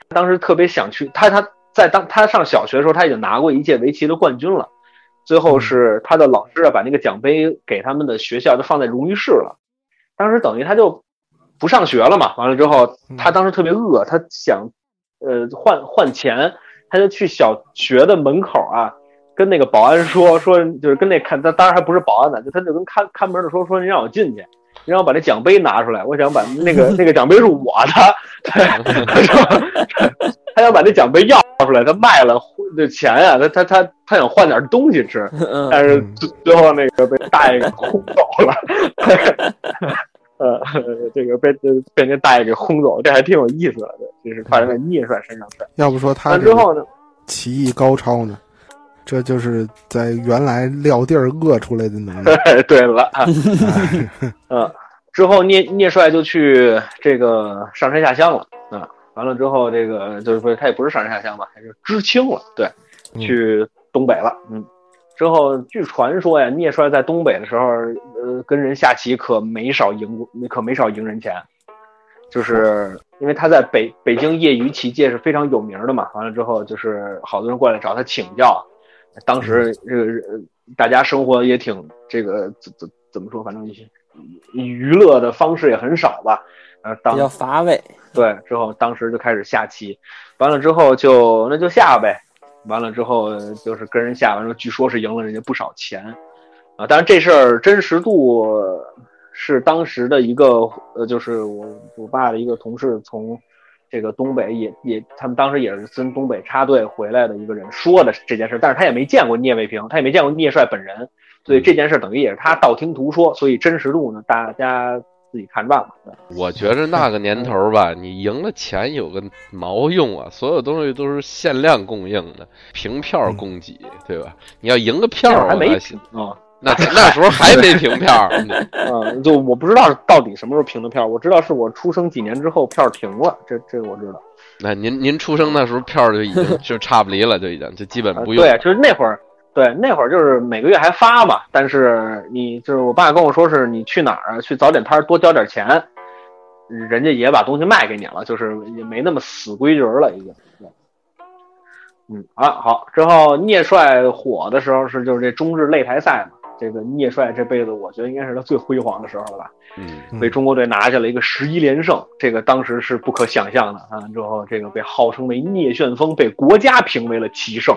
他当时特别想去他他在当他上小学的时候，他已经拿过一届围棋的冠军了。最后是他的老师啊，把那个奖杯给他们的学校，就放在荣誉室了。当时等于他就不上学了嘛。完了之后，他当时特别饿，他想呃换换钱，他就去小学的门口啊，跟那个保安说 说，就是跟那看，他当然还不是保安呢，就他就跟看看门的说说，您让我进去，您让我把这奖杯拿出来，我想把 那个那个奖杯是我的， 对，他说他想把那奖杯要出来，他卖了这钱啊，他他他他想换点东西吃，嗯，但是嗯最最后那个被大爷给轰走了， 呃，这个被被那大爷给轰走，这还挺有意思的，这是发生在聂帅身上的。要不说他完这之个后呢，棋艺高超呢？这就是在原来撂地儿饿出来 的能力。对了啊，嗯，之后聂聂帅就去这个上山下乡了啊，完了之后这个就是说他也不是上山下乡吧，他是知青了，对，嗯去东北了，嗯。之后，据传说呀，聂帅在东北的时候，呃，跟人下棋可没少赢过，可没少赢人钱，就是因为他在北北京业余棋界是非常有名的嘛。完了之后，就是好多人过来找他请教，嗯当时这个呃大家生活也挺这个怎怎怎么说，反正也娱乐的方式也很少吧。呃，当比较乏味。对，之后当时就开始下棋，完了之后就那就下呗，完了之后呃就是跟人下，完了据说是赢了人家不少钱，啊，当然这事儿真实度呃是当时的一个呃，就是我我爸的一个同事从这个东北也也他们当时也是跟东北插队回来的一个人说的这件事，但是他也没见过聂卫平，他也没见过聂帅本人，所以这件事等于也是他道听途说，所以真实度呢大家自己看着办吧。对我觉着那个年头吧，你赢了钱有个毛用啊！所有东西都是限量供应的，凭票嗯供给，对吧？你要赢个票那会儿还没我还信啊、 那那时候还没凭票呢，嗯，就我不知道到底什么时候停的票，我知道是我出生几年之后票停了，这这个我知道。那您您出生那时候票就已 经就差不离了，就已经就基本呃不用。对，就是那会儿，对那会儿就是每个月还发嘛，但是你就是我爸跟我说是你去哪儿啊，去早点摊儿多交点钱，人家也把东西卖给你了，就是也没那么死规矩儿了已经。对嗯啊，好，之后聂帅火的时候是就是这中日擂台赛嘛，这个聂帅这辈子我觉得应该是他最辉煌的时候了吧。嗯，被中国队拿下了一个十一连胜，这个当时是不可想象的啊！之后这个被号称为聂旋风，被国家评为了奇胜。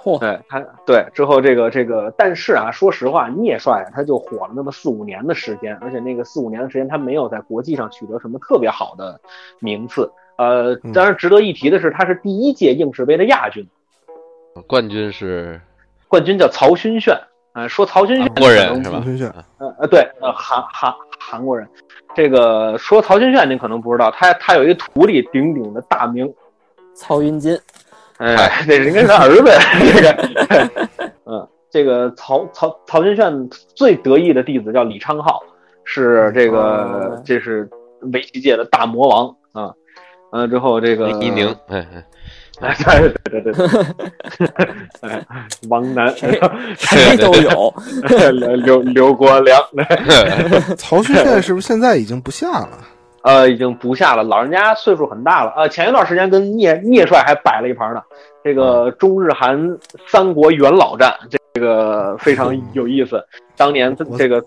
嚯，对他，对之后这个这个，但是啊，说实话，聂帅他就火了那么四五年的时间，而且那个四五年的时间，他没有在国际上取得什么特别好的名次。呃，嗯当然值得一提的是，他是第一届应试杯的亚军，冠军是冠军叫曹勋炫。啊、说曹勋炫，韩国人是吧？军炫，呃呃，对，呃，韩韩韩国人，这个说曹勋炫您可能不知道，他他有一徒弟鼎鼎的大名，曹 云金，哎，那是应该是他儿子，这个，嗯，这个曹曹曹勋炫最得意的弟子叫李昌镐，是这个哦这是围棋界的大魔王啊，嗯，之后这个林一宁，哎哎，哎， 对对对对对， 哎王楠、谁谁都有。刘刘刘国梁，哎 曹勋炫是不是现在已经不下了？呃，已经不下了，老人家岁数很大了。呃，前一段时间跟聂聂帅还摆了一盘呢，这嗯个中日韩三国元老战，这个非常有意思。当年这嗯我这个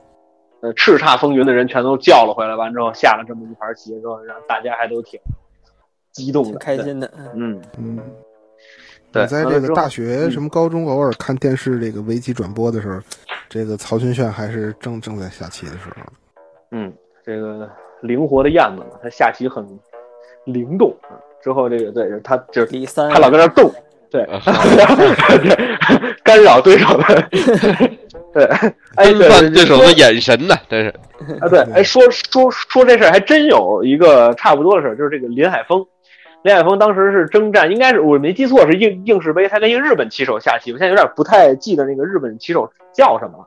呃叱咤风云的人全都叫了回来，完之后下了这么一盘棋之后，让大家还都挺激动挺的，开对。心的，嗯嗯，嗯，对我在完这了个之后嗯大学、什么高中，偶尔看电视这个围棋转播的时候，这个曹勋炫还是正正在下棋的时候。嗯，这个灵活的燕子嘛，他下棋很灵动。嗯之后这个对他就是嗯李三他老在那儿动，对， 干扰对手的， 对，哎，分对散对手的眼神呐，真是啊，对，哎，说说说这事儿还真有一个差不多的事儿，就是这个林海峰，林海峰当时是征战，应该是我没记错是应应试杯，他跟一个日本棋手下棋，我现在有点不太记得那个日本棋手叫什么了。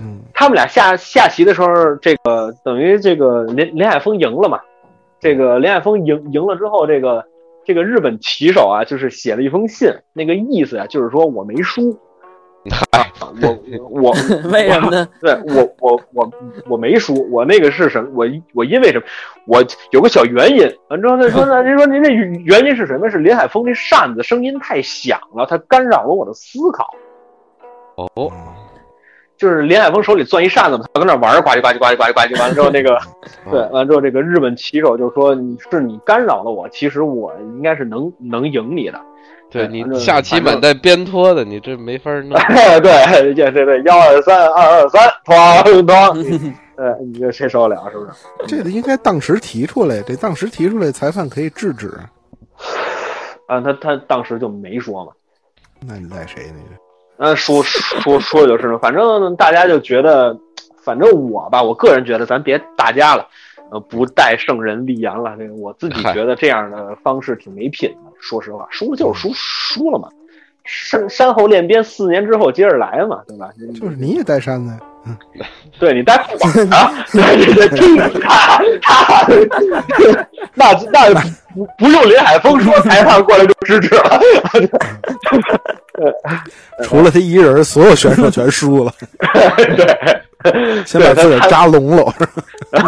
嗯，他们俩下下棋的时候，这个等于这个林林海峰赢了嘛？这个林海峰赢赢了之后，这个这个日本棋手啊，就是写了一封信，那个意思啊，就是说我没输，啊、我我 为什 么呢？对我我我我没输，我那个是什么？我我因为什么？我有个小原因。完之后 他说呢，您说您这原因是什么？是林海峰这扇子声音太响了，它干扰了我的思考。哦，就是林海峰手里攥一扇子嘛，他跟那玩儿，呱唧呱唧呱唧呱唧呱唧，完了之后那个嗯对，完了之后这个日本棋手就说你是你干扰了我，其实我应该是能能赢你的。 对对你哎反正下棋满带边拖的，你这没法弄。 对，对对对，幺二三二二三，哐哐，对，你这谁受得了是不是？这个应该当时提出来，这当时提出来，裁判可以制止。啊，他他当时就没说嘛。那你赖谁呢？嗯，说说说的就是，反正大家就觉得，反正我吧，我个人觉得，咱别大家了，呃，不带圣人立言了。这个我自己觉得这样的方式挺没品的，说实话，输了就是输，嗯输了嘛，山山后练鞭，四年之后接着来嘛，对吧？就是你也带扇子呀，对你带裤管啊， 对对对，他他，那那不不用林海峰说，裁判过来就制止了。 除了他一人，所有选手全输了。对，先把自个儿扎聋了。哎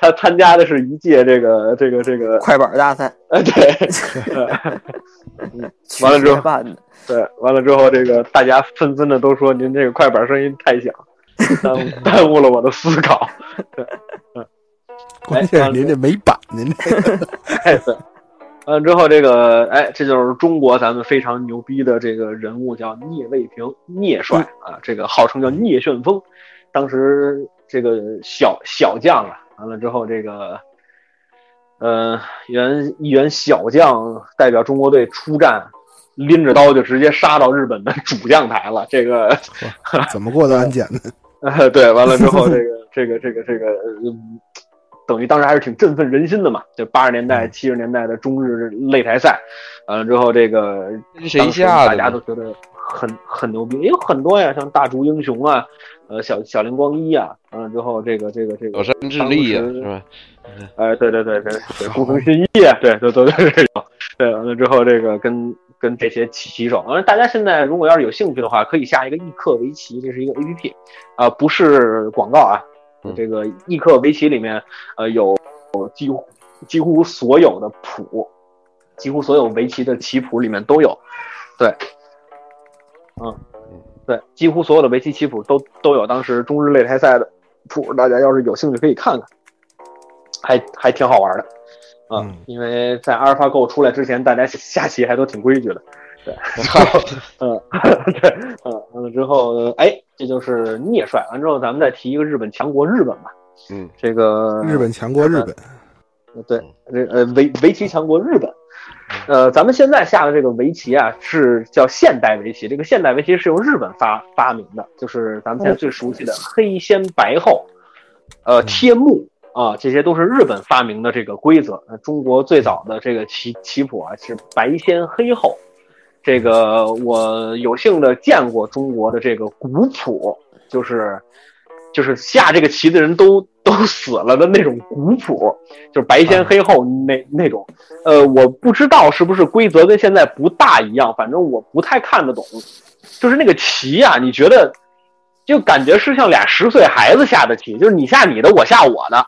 他参加的是一届这个 这个这个快板大赛，呃，对，呃完了之后去协办的对，完了之后，这个大家纷纷的都说您这个快板声音太响，耽误耽误了我的思考。关键是您这没板，您这哎，对。 完了之后，这个哎，这就是中国咱们非常牛逼的这个人物，叫聂卫平，聂帅啊，这个号称叫聂旋风。当时这个小小将啊，完了之后，这个呃，一员一员小将代表中国队出战，拎着刀就直接杀到日本的主将台了。这个怎么过的安检呢？呃， 对，完了之后，这个这个这个这个，嗯，等于当时还是挺振奋人心的嘛。这八十年代、嗯七十年代的中日擂台赛，完了之后，这个跟谁下大的家呢？都觉得很很牛逼，也有很多呀，像大竹英雄啊，呃，小小林光一啊，完了之后，这个这个这有个，山智力呀、当时是吧？哎，对对对对，对工藤新一啊，对，都都都是有。对，完了之后，这个跟跟这些棋棋手，完了，大家现在如果要是有兴趣的话，可以下一个易客围棋，这是一个 A P P，啊、不是广告啊嗯，这个易客围棋里面，呃，有有几乎几乎所有的谱，几乎所有围棋的棋谱里面都有，对，嗯嗯，对，几乎所有的围棋棋谱都都有当时中日擂台赛的谱，大家要是有兴趣可以看看，还还挺好玩的。啊嗯，因为在阿尔法 Go 出来之前，大家下棋还都挺规矩的。嗨，嗯，对，嗯，完了之后，呃哎，这就是聂帅。完之后，咱们再提一个日本强国日本吧。嗯，这个日本强国日本，对，这呃围围棋强国日本，呃，咱们现在下的这个围棋啊，是叫现代围棋。这个现代围棋是由日本发发明的，就是咱们现在最熟悉的黑先白后，呃，贴木啊，这些都是日本发明的这个规则。呃中国最早的这个棋棋谱啊，是白先黑后。这个我有幸的见过中国的这个古谱，就是就是下这个棋的人都都死了的那种古谱，就是白先黑后那、那种。呃，我不知道是不是规则跟现在不大一样，反正我不太看得懂。就是那个棋呀、你觉得就感觉是像俩十岁孩子下的棋，就是你下你的，我下我的，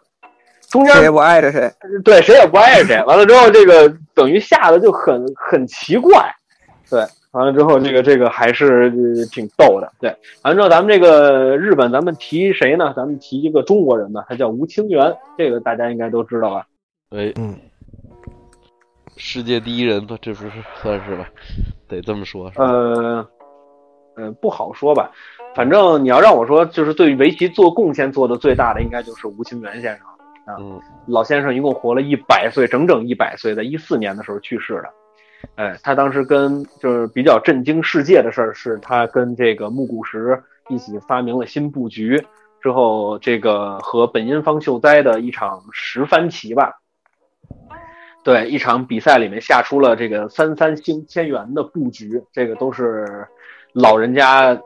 中间谁也不挨着谁。对，谁也不爱谁。完了之后，这个等于下的就很很奇怪，对。完了之后，这个这个还是、呃挺逗的，对。完了之后，咱们这个日本，咱们提谁呢？咱们提一个中国人吧，他叫吴清源，这个大家应该都知道啊吧？哎，嗯，世界第一人吧，这不是算是吧？得这么说，是吧？呃，呃，不好说吧。反正你要让我说，就是对围棋做贡献做的最大的，应该就是吴清源先生。嗯，老先生一共活了一百岁，整整一百岁，在一四年的时候去世的。哎，他当时跟就是比较震惊世界的事儿，是他跟这个木谷实一起发明了新布局之后，这个和本因坊秀哉的一场十番棋吧，对，一场比赛里面下出了这个三三星千元的布局，这个都是老人家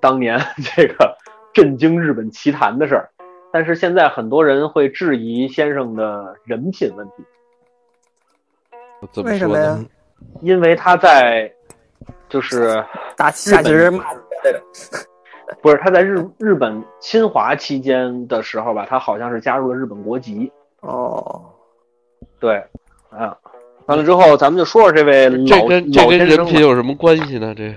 当年 这个震惊日本棋坛的事儿。但是现在很多人会质疑先生的人品问题，怎么为什说么呢？呀？因为他在就是打下棋人骂不是他在日日本侵华期间的时候吧，他好像是加入了日本国籍，哦，对，啊，完了之后咱们就说说这位老这跟这老跟先人生吧品有什么关系呢？这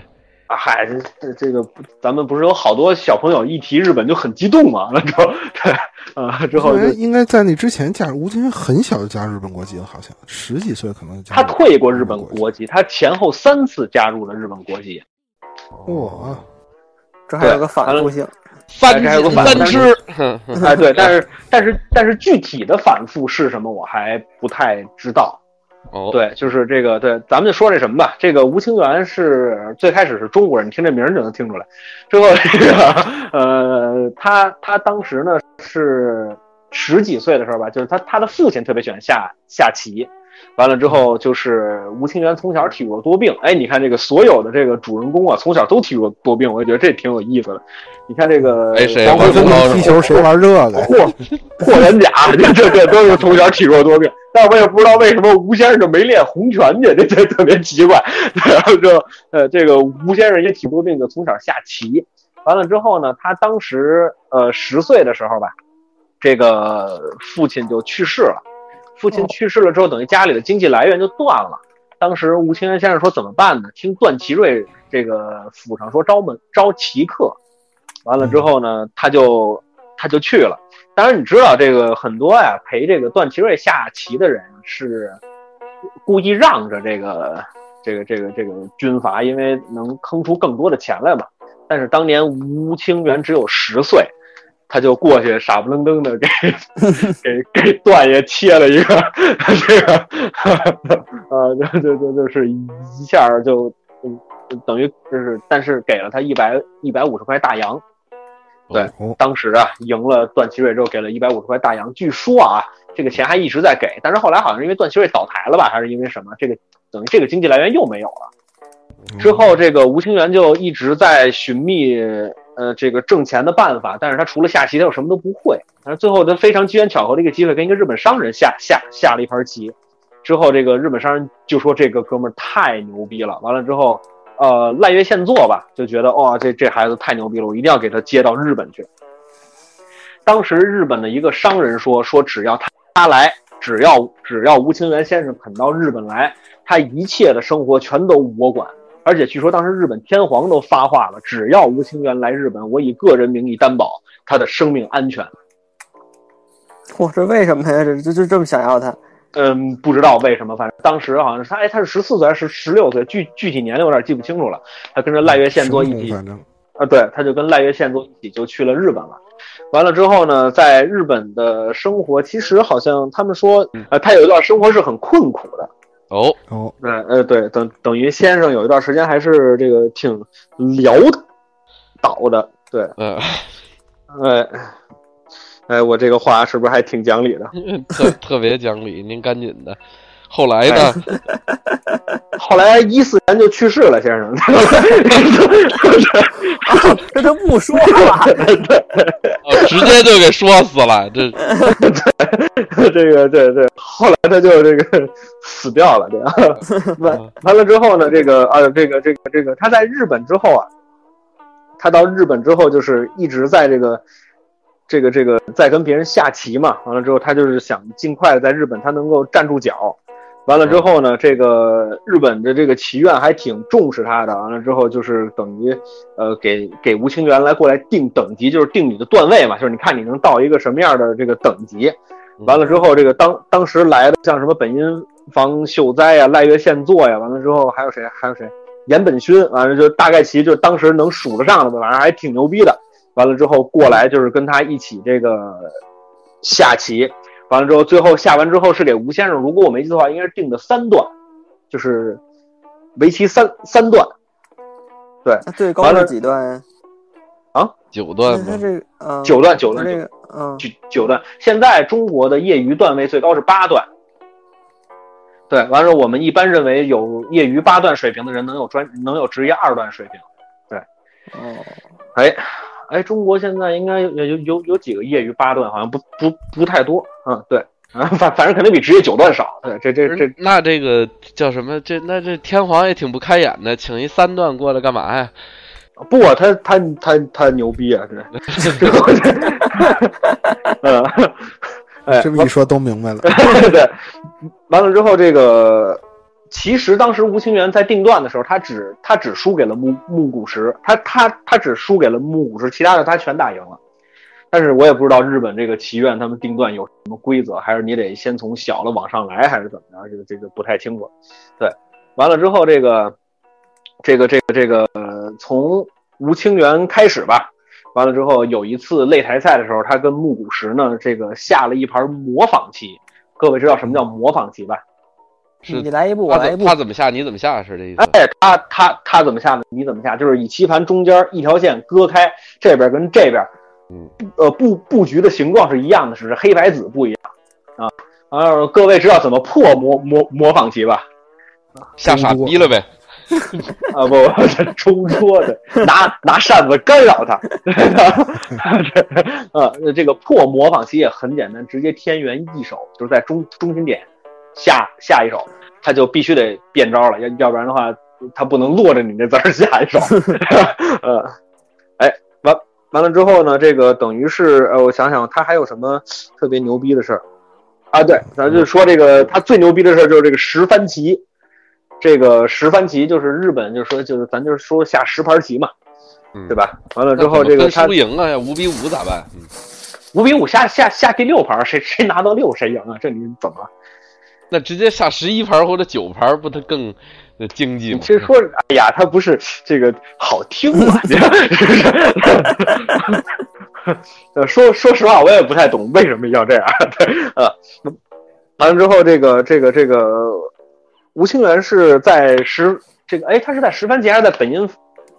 啊，嗨，这这个不咱们不是有好多小朋友一提日本就很激动嘛？完了 之后，对啊，之后应该就应该在那之前加入吴京很小就加入日本国籍了，好像十几岁可能就加他入退过日本国籍。国籍，他前后三次加入了日本国籍，哇，哦这还有个反复性。三这还有个反三吃， 哎，对，但是但是但是具体的反复是什么我还不太知道。哦，，对，就是这个，对，咱们就说这什么吧。这个吴清源是最开始是中国人，听这名儿就能听出来。最后这个，呃，他他当时呢是十几岁的时候吧，就是他他的父亲特别喜欢下下棋，完了之后就是吴清源从小体弱多病。哎，你看这个所有的这个主人公啊，从小都体弱多病，我就觉得这挺有意思的。你看这个，哎谁包括我这知个道这踢球谁玩这个 呀？霍霍元甲，这这这都是从小体弱多病，但是我也不知道为什么吴先生就没练洪拳去，这这特别奇怪。然后就呃，这个吴先生也体弱多病，就从小下棋。完了之后呢，他当时呃十岁的时候吧，这个父亲就去世了。父亲去世了之后，等于家里的经济来源就断了。当时吴清源先生说怎么办呢？听段祺瑞这个府上说招门招棋客，完了之后呢，他就他就去了。当然，你知道这个很多呀，陪这个段祺瑞下棋的人是故意让着这个这个这个这个军阀，因为能坑出更多的钱来嘛。但是当年吴清源只有十岁，他就过去傻不愣登的给给给段爷切了一个这个，呃，就就就就是一下就嗯等于就是，但是给了他一百一百五十块大洋。对哦，当时啊，赢了段祺瑞之后，给了一百五十块大洋。据说啊，这个钱还一直在给，但是后来好像是因为段祺瑞倒台了吧，还是因为什么？这个等于这个经济来源又没有了。嗯之后，这个吴清源就一直在寻觅呃这个挣钱的办法，但是他除了下棋，他又什么都不会。但是最后，他非常机缘巧合的一个机会，跟一个日本商人下下下了一盘棋。之后，这个日本商人就说这个哥们儿太牛逼了。完了之后，呃，赖月现做吧，就觉得哇、这这孩子太牛逼了，我一定要给他接到日本去。当时日本的一个商人说，说只要他他来，只要只要吴清源先生肯到日本来，他一切的生活全都我管。而且据说当时日本天皇都发话了，只要吴清源来日本，我以个人名义担保他的生命安全。我这为什么呀？这这就这么想要他？嗯，不知道为什么，反正当时好像是他，哎，他是十四岁还是十六岁，具具体年龄有点记不清楚了。他跟着赖月宪作一起反正啊，对，他就跟赖月宪作一起就去了日本了。完了之后呢，在日本的生活，其实好像他们说，呃，他有一段生活是很困苦的。哦，哦，对，呃，对，等等于先生有一段时间还是这个挺潦倒的。对，嗯、哎，哎，我这个话是不是还挺讲理的？ 特特别讲理，您赶紧的。后来呢？ 后来一四年就去世了，先生。 啊，这就不 说了。哦，直接就给说死了，这 这个对对，后来他就这个 死掉了，对吧？完完了之后呢，这个啊，这个这个这个，他在日本之后啊，他到日本之后就是一直在这个这个这个在跟别人下棋嘛。完了之后，他就是想尽快的在日本他能够站住脚。完了之后呢，这个日本的这个棋院还挺重视他的。完了之后就是等于，呃，给给吴清源来过来定等级，就是定你的段位嘛，就是你看你能到一个什么样的这个等级。完了之后，这个当当时来的像什么本因坊秀哉呀、赖月宪作呀，完了之后还有谁？还有谁？岩本勋，完了就大概其就当时能数得上的吧，反正还挺牛逼的。完了之后过来就是跟他一起这个下棋，完了之后最后下完之后是给吴先生，如果我没记错的话，应该是定的三段，就是围棋三三段。他最高是几段呀？九段他吗？这个嗯，九段九他段这九个嗯，九九段。现在中国的业余段位最高是八段。对，完了，我们一般认为有业余八段水平的人能有专能有职业二段水平。哦，哎，哎，中国现在应该有有有有几个业余八段，好像不不不太多。嗯，对，啊，反反正肯定比职业九段少。对，这这这那这个叫什么？这那这天皇也挺不开眼的，请一三段过来干嘛呀？不，他他他他牛逼啊！这这我这，嗯，哎，这么一说都明 白了。对，完了之后，这个其实当时吴清源在定段的时候，他只他只输给了木木谷实，他他他只输给了木谷实，其他的他全打赢了。但是我也不知道日本这个棋院他们定段有什么规则，还是你得先从小的往上来，还是怎么着？这个这个不太清楚。对，完了之后，这个这个这个这个呃从吴清源开始吧。完了之后，有一次擂台赛的时候，他跟木谷实呢，这个下了一盘模仿棋，各位知道什么叫模仿棋吧？是你来一步，我他来一怎步他。怎么下，你怎么下，是这意思？哎，他他他怎么下呢？你怎么下？就是以棋盘中间一条线割开这边跟这边，嗯布，呃布布局的形状是一样的，只是黑白子不一样啊。而各位知道怎么破模模模仿棋吧？吓傻逼了呗？啊不，这冲桌的，拿 拿扇子干扰他。 啊，这个破模仿棋也很简单，直接天元一手，就是在中中心点下下一手，他就必须得变招了，要要不然的话，他不能落着你那子儿下一手。 呃，哎，完完了之后呢，这个等于是呃，我想想，他还有什么特别牛逼的事儿啊？对，咱就说这个他最牛逼的事儿就是这个十番棋。这个十番棋就是日本，就是说就是咱就是说下十盘棋嘛，嗯对吧？完了之后，这个那怎他么分输赢啊，五比五咋办？嗯，五比五下下下第六盘，谁谁拿到六谁赢啊？这你怎么了？那直接下十一盘或者九盘，不它更呃经济你吗？其实说，哎呀，他不是这个好听啊嘛？你 呃，说说实话，我也不太懂为什么要这样。 对啊，完了之后，这个这个这个吴清源是在十这个哎，他是在十番棋还是在本因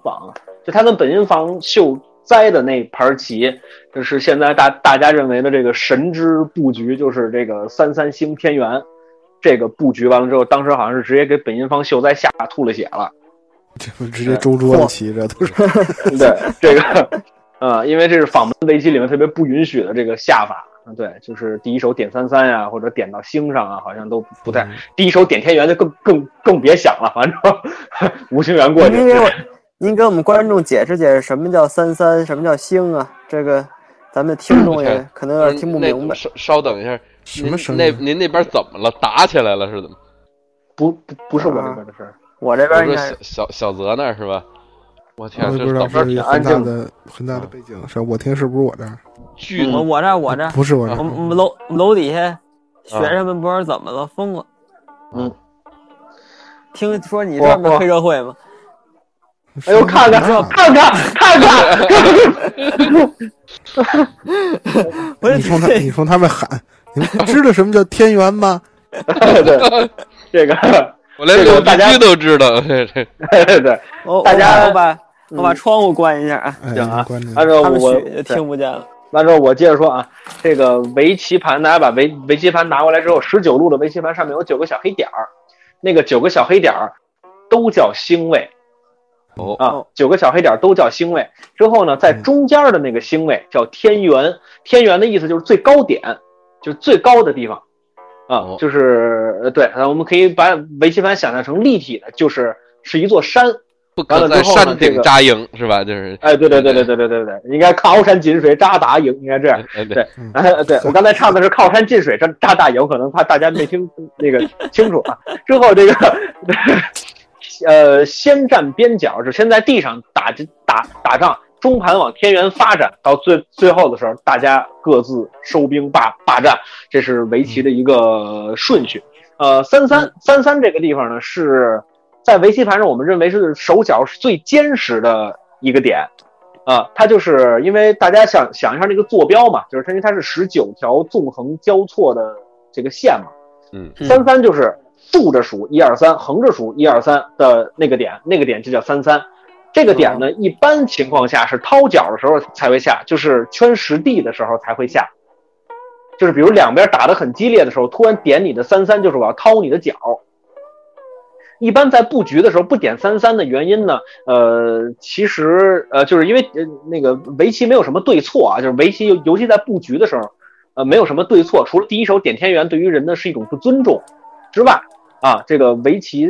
坊啊？就他跟本因坊秀哉的那盘棋，就是现在大大家认为的这个神之布局，就是这个三三星天元这个布局完了之后，当时好像是直接给本因坊秀哉吓吐了血了。这不直接周桌子骑着都是。对这个，呃，因为这是仿门围棋里面特别不允许的这个下法。对，就是第一手点三三呀，或者点到星上啊，好像都不太。第一手点天元就更更更别想了，反 正吴清源过去。您给我，您给我们观众解释解释什么叫三三，什么叫星啊？这个咱们听众也嗯可能有点听不那明白。稍稍等一下，什么您声音啊那您那边怎么了？打起来了是怎么？不，不不是我这边的事儿，我这我边说应该小小小泽那儿是吧？我天，我也这不知道怎么这是挺很安大静的嗯很大的背景，是吧我听是不是我这儿？巨我我这儿我这儿，不是我这我儿嗯们我们楼我们楼底下学生们不知道怎么了，疯了。嗯，听说你专门黑社会吗？哎呦，看看什么看看看看，不是你冲他，你冲他们喊，你们 知道什么叫天元吗？ 对，这个，我连这柳个大家絮都知道，这这对，我大家我把我把窗户关一下啊，哎，行啊关注按照他们我学听不见了。完之后，我接着说啊，这个围棋盘，大家把围围棋盘拿过来之后，十九路的围棋盘上面有九个小黑点儿，那个九个小黑点儿都叫星位哦啊哦，九个小黑点儿都叫星位。之后呢，在嗯中间的那个星位叫天元，天元的意思就是最高点，就是最高的地方啊哦，就是呃对，那我们可以把围棋盘想象成立体的，就是是一座山。不完可了在之后呢山这顶个扎营是吧？就是哎，对对对对对对对对，应该靠山近水，扎打营，应该这样。哎对对，嗯哎，对我刚才唱的是靠山进水，这扎大营，可能怕大家没听那个清楚啊。之后这个，呃，先站边角，就先在地上打打打仗，中盘往天元发展，到最最后的时候，大家各自收兵霸霸占，这是围棋的一个顺序。呃，三三三三这个地方呢，是在围棋盘上我们认为是手脚是最坚实的一个点。啊，它就是因为大家想想一下那个坐标嘛，就是它因为它是十九条纵横交错的这个线嘛，嗯，三三就是竖着数一二三，横着数一二三的那个点，那个点就叫三三。这个点呢，一般情况下是掏脚的时候才会下，就是圈实地的时候才会下，就是比如两边打得很激烈的时候，突然点你的三三，就是我要掏你的脚。一般在布局的时候不点三三的原因呢，呃，其实呃，就是因为呃那个围棋没有什么对错啊，就是围棋尤尤其在布局的时候，呃，没有什么对错，除了第一手点天元对于人的是一种不尊重之外，啊，这个围棋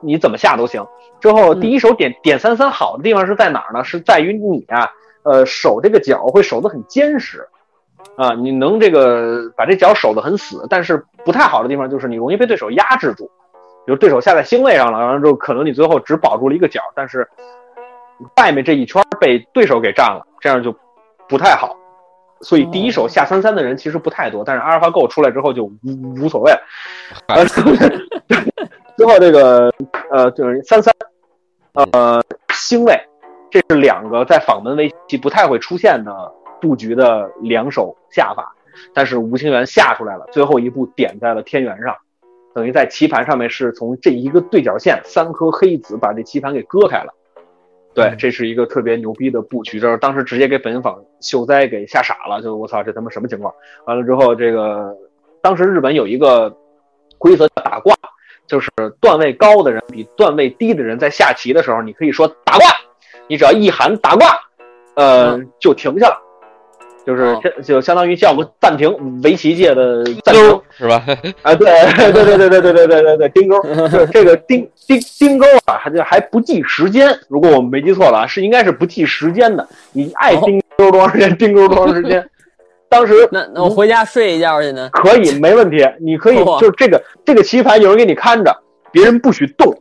你怎么下都行。之后第一手点点三三好的地方是在哪儿呢？是在于你啊，呃，守这个脚会守得很坚实。啊，你能这个把这脚守得很死，但是不太好的地方就是你容易被对手压制住，比如对手下在星位上了，然后之后可能你最后只保住了一个角，但是外面这一圈被对手给占了，这样就不太好。所以第一手下三三的人其实不太多，但是阿尔法狗出来之后就无无所谓了。嗨 最后这个呃就是三三，呃星位，这是两个在访门围棋不太会出现的布局的两手下法，但是吴清源下出来了，最后一步点在了天元上，等于在棋盘上面是从这一个对角线三颗黑子把这棋盘给割开了。对，这是一个特别牛逼的布局，就是当时直接给本因坊秀哉给吓傻了，就是我操，这他妈什么情况？完了之后，这个当时日本有一个规则叫打挂，就是段位高的人比段位低的人在下棋的时候，你可以说打挂，你只要一喊打挂，呃，就停下了，就是哦这就相当于叫个暂停，围棋界的暂停。勾是吧？啊，对 对对对对对对对对对，钉钩，就是这个钉钉钉钩啊，还还不计时间，如果我没记错了啊，是应该是不计时间的，你爱钉钩多长时间，钉钩多长时间。当时那那我回家睡一觉去呢。可以没问题，你可以哇就是这个这个棋盘有人给你看着，别人不许动，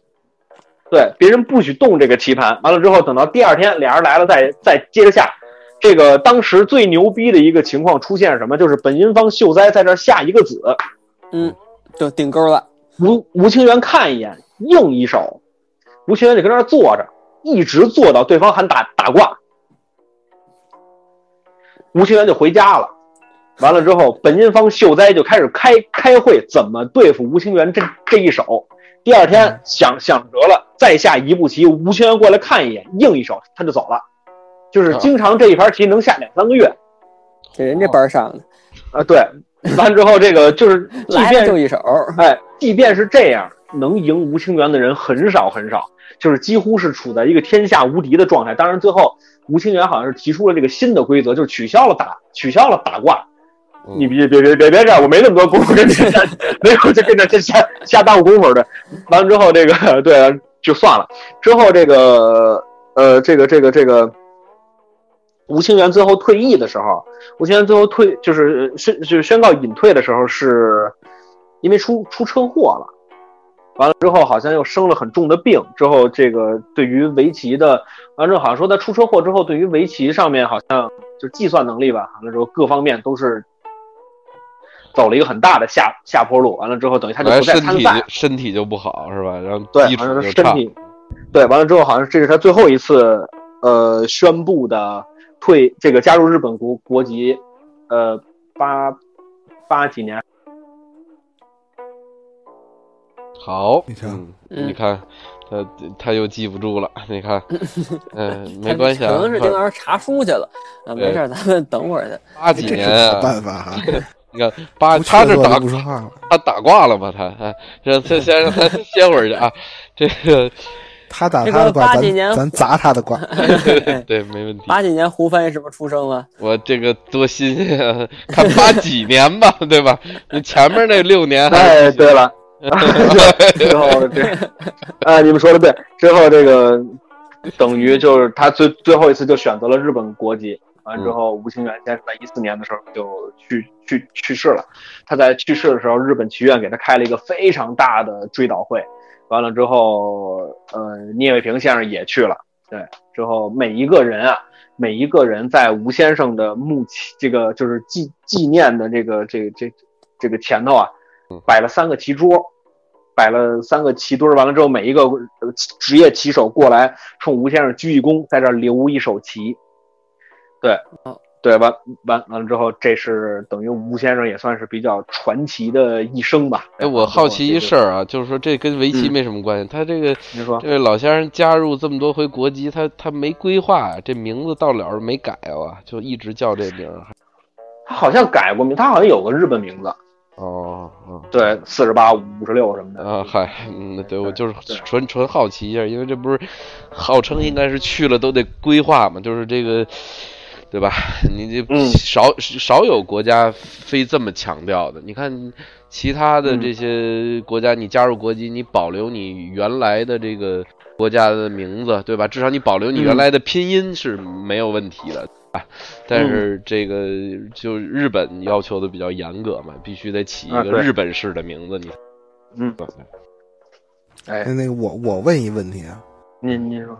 对，别人不许动这个棋盘。完了之后，等到第二天俩人来了再再接着下。这个当时最牛逼的一个情况出现是什么？就是本因坊秀哉在这儿下一个子，嗯，就顶钩了。吴吴清源看一眼，硬一手，吴清源就跟那儿坐着，一直坐到对方喊打打挂，吴清源就回家了。完了之后，本因坊秀哉就开始开开会，怎么对付吴清源这这一手。第二嗯天想想辙了，再下一步棋，吴清源过来看一眼，硬一手他就走了。啊就是经常这一盘棋能下两三个月这人这班儿上的，啊、对，完了之后这个就是，即来便了就一手。哎，即便是这样，能赢吴清源的人很少很少，就是几乎是处在一个天下无敌的状态。当然，最后吴清源好像是提出了这个新的规则，就是取消了打，取消了打挂。嗯你别别别别别这样，我没那么多功夫跟你瞎，没有就跟这瞎瞎耽误功夫的。完了之后，这个对就算了。之后这个呃，这个这个这个吴清源最后退役的时候，吴清源最后退就是呃宣就是宣告隐退的时候是因为出出车祸了，完了之后好像又生了很重的病，之后这个对于围棋的，完了之后好像说他出车祸之后，对于围棋上面好像就计算能力吧，完了之后各方面都是走了一个很大的下下坡路，完了之后等于他就来不再身参体赛就，身体就不好是吧？然后对，基好像础是就身差，体，对，完了之后好像这是他最后一次呃宣布的退这个加入日本国国籍，呃八八几年好，你瞧嗯，嗯你看他他又记不住了，你看，嗯， 没关系可啊，能是丁看老师查书去了啊，没事儿，咱们等会儿去。八几这是年没啊，办法啊，你看八不他切这磋打就不说话了。他打挂了吧？他哎，让他先让他歇会儿去啊，这个他打这他个的卦，八几年咱咱砸他的 卦。 对没问题。八几年胡翻译什么出生啊？我这个多新鲜啊！看八几年吧， 对吧？你前面那六年还哎，对 了，对之后这，哎，你们说的对，之后这个等于就是他最最后一次就选择了日本国籍，完嗯之后吴清源先生在一四年的时候就去去去世了。他在去世的时候，日本棋院给他开了一个非常大的追悼会，完了之后，呃，聂卫平先生也去了，对，之后每一个人啊。每一个人在吴先生的墓前，这个就是纪纪念的这个这个这个这个前头啊，嗯摆了三个棋桌，摆了三个棋墩儿，完了之后，每一个呃职业棋手过来冲吴先生鞠一躬，在这儿留一手棋。对哦，对，完完完了之后，这是等于吴先生也算是比较传奇的一生吧。哎，我好奇一事儿，儿啊，就是说这跟围棋嗯没什么关系。他这个您说这位老先生加入这么多回国籍，他他没规划呀，这名字到了没改啊，就一直叫这名儿。他好像改过名，他好像有个日本名字，哦哦。对，四十八、五十六什么的啊，嗨，嗯，对我就是对纯纯好奇一下，因为这不是号称应该是去了都得规划嘛，就是这个，对吧？你这嗯少、少有国家非这么强调的。你看其他的嗯这些国家，你加入国籍，你保留你原来的这个国家的名字，对吧？至少你保留你原嗯来的拼音是没有问题的。啊，但是这个就日本要求的比较严格嘛，必须得起一啊个对日本式的名字，你嗯，那哎那个我我问一问题啊，您您说，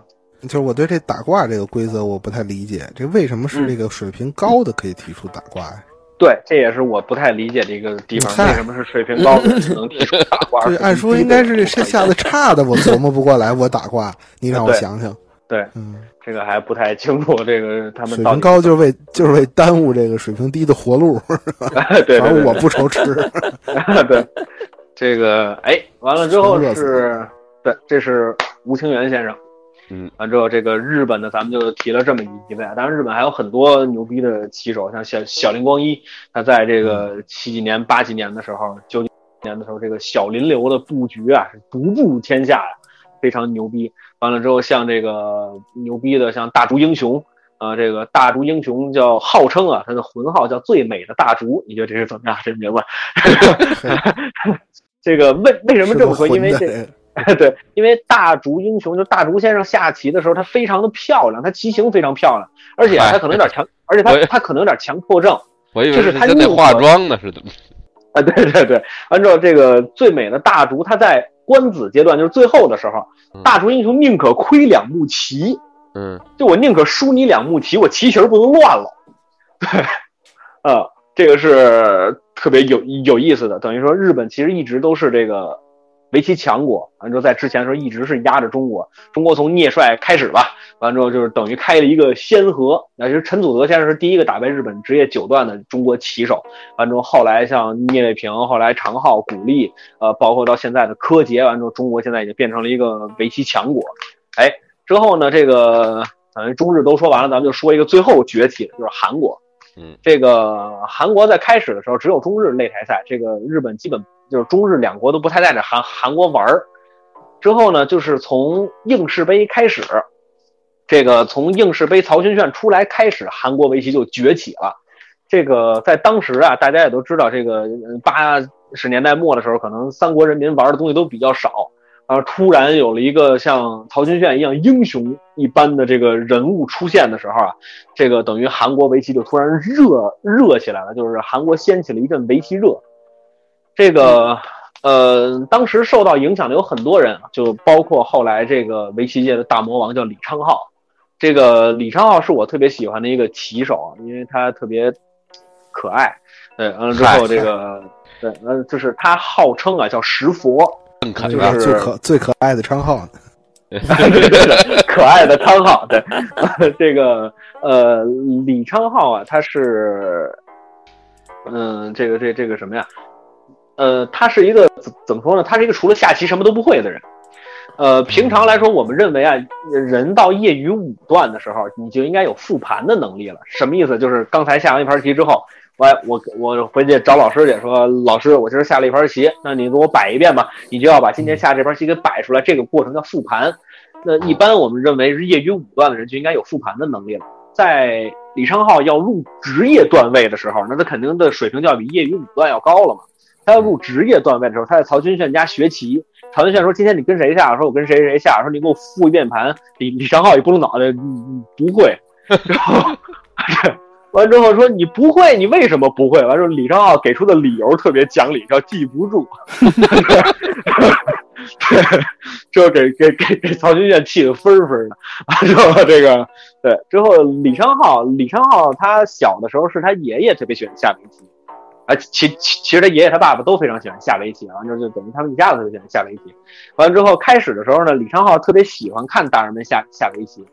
就是我对这打卦这个规则我不太理解，这为什么嗯是这个水平高的可以提出打卦呀？对，这也是我不太理解的一个地你方，看为什么是水平高的只 能提出大瓜？对，按说应该是这下的差 的，我琢磨不过来，我打卦，你让我对想想。对，嗯，这个还不太清楚，这个他水们到平底高就是为就是为耽误这个水平低的活路， 对对反对正我不愁吃。对 对，这个哎，完了之后全热是，对，这是吴清源先生。嗯，完之后这个日本的咱们就提了这么一位，啊当然日本还有很多牛逼的棋手，像小小林光一，他在这个七几年、八几年的时候，九几年的时候，这个小林流的布局啊是独步天下呀、非常牛逼。完了之后，像这个牛逼的，像大竹英雄。啊、这个大竹英雄叫号称啊，他的魂号叫最美的大竹，你觉得这是怎么样？这名字？ 这个为为什么这么说？是个因为混这蛋对，因为大竹英雄就大竹先生下棋的时候，他非常的漂亮，他棋形非常漂亮，而且啊他可能有点强，而且我也他他可能有点强迫症我以为就是是他他得硬化核 妆呢，是怎么？啊。对对对，按照这个最美的大竹，他在官子阶段，就是最后的时候，大厨英雄宁可亏两目棋，嗯就我宁可输你两目棋，我棋局儿不能乱了。对，啊、这个是特别有有意思的。等于说，日本其实一直都是这个围棋强国，完之后在之前的时候一直是压着中国。中国从聂帅开始吧，完之后就是等于开了一个先河。那其实陈祖德先生是第一个打败日本职业九段的中国棋手。完之后，后来像聂卫平，后来常浩、古力，呃，包括到现在的柯洁，完之后中国现在已经变成了一个围棋强国。哎，之后呢，这个等于中日都说完了，咱们就说一个最后崛起的，就是韩国。嗯，这个韩国在开始的时候只有中日擂台赛，这个日本基本就是中日两国都不太带着韩韩国玩儿。之后呢，就是从应试杯开始，这个从应试杯曹勋炫出来开始，韩国围棋就崛起了。这个在当时啊，大家也都知道，这个呃八十年代末的时候，可能三国人民玩的东西都比较少，然后突然有了一个像曹勋炫一样英雄一般的这个人物出现的时候啊，这个等于韩国围棋就突然热热起来了，就是韩国掀起了一阵围棋热。这个呃，当时受到影响的有很多人，啊就包括后来这个围棋界的大魔王叫李昌镐。这个李昌镐是我特别喜欢的一个棋手，啊因为他特别可爱。对，完了之后这个对，呃，就是他号称啊叫石佛，邓肯就吧，是最可最可爱的昌浩， 可爱的昌浩，对， 这个呃，李昌浩啊，他是，嗯、这个这这个什么呀？呃，他是一个怎怎么说呢？他是一个除了下棋什么都不会的人。呃，平常来说，我们认为啊，人到业余五段的时候，你就应该有复盘的能力了。什么意思？就是刚才下完一盘棋之后，我我我回去找老师去说，老师，我今儿下了一盘棋，那你给我摆一遍吧。你就要把今天下这盘棋给摆出来，这个过程叫复盘。那一般我们认为是业余五段的人就应该有复盘的能力了。在李昌镐要入职业段位的时候，那他肯定的水平就要比业余五段要高了嘛。他要入职业段位的时候，他在曹军炫家学棋。曹军炫说：“今天你跟谁下？”说：“我跟谁谁下。”说：“你给我复一遍盘。李”李昌镐一拨弄脑袋，嗯不会。然后完之后说：“你不会，你为什么不会？”完之后，李昌镐给出的理由特别讲理，叫记不住。 对，就给给给给曹军炫气得分儿分儿的。 之后这个对，之后李昌镐，李昌镐他小的时候是他爷爷特别喜欢下围棋，啊，其其其实他爷爷他爸爸都非常喜欢下围棋啊，就就等于他们一家子特别喜欢下围棋。完了之后开始的时候呢，李昌镐特别喜欢看大人们下下围棋，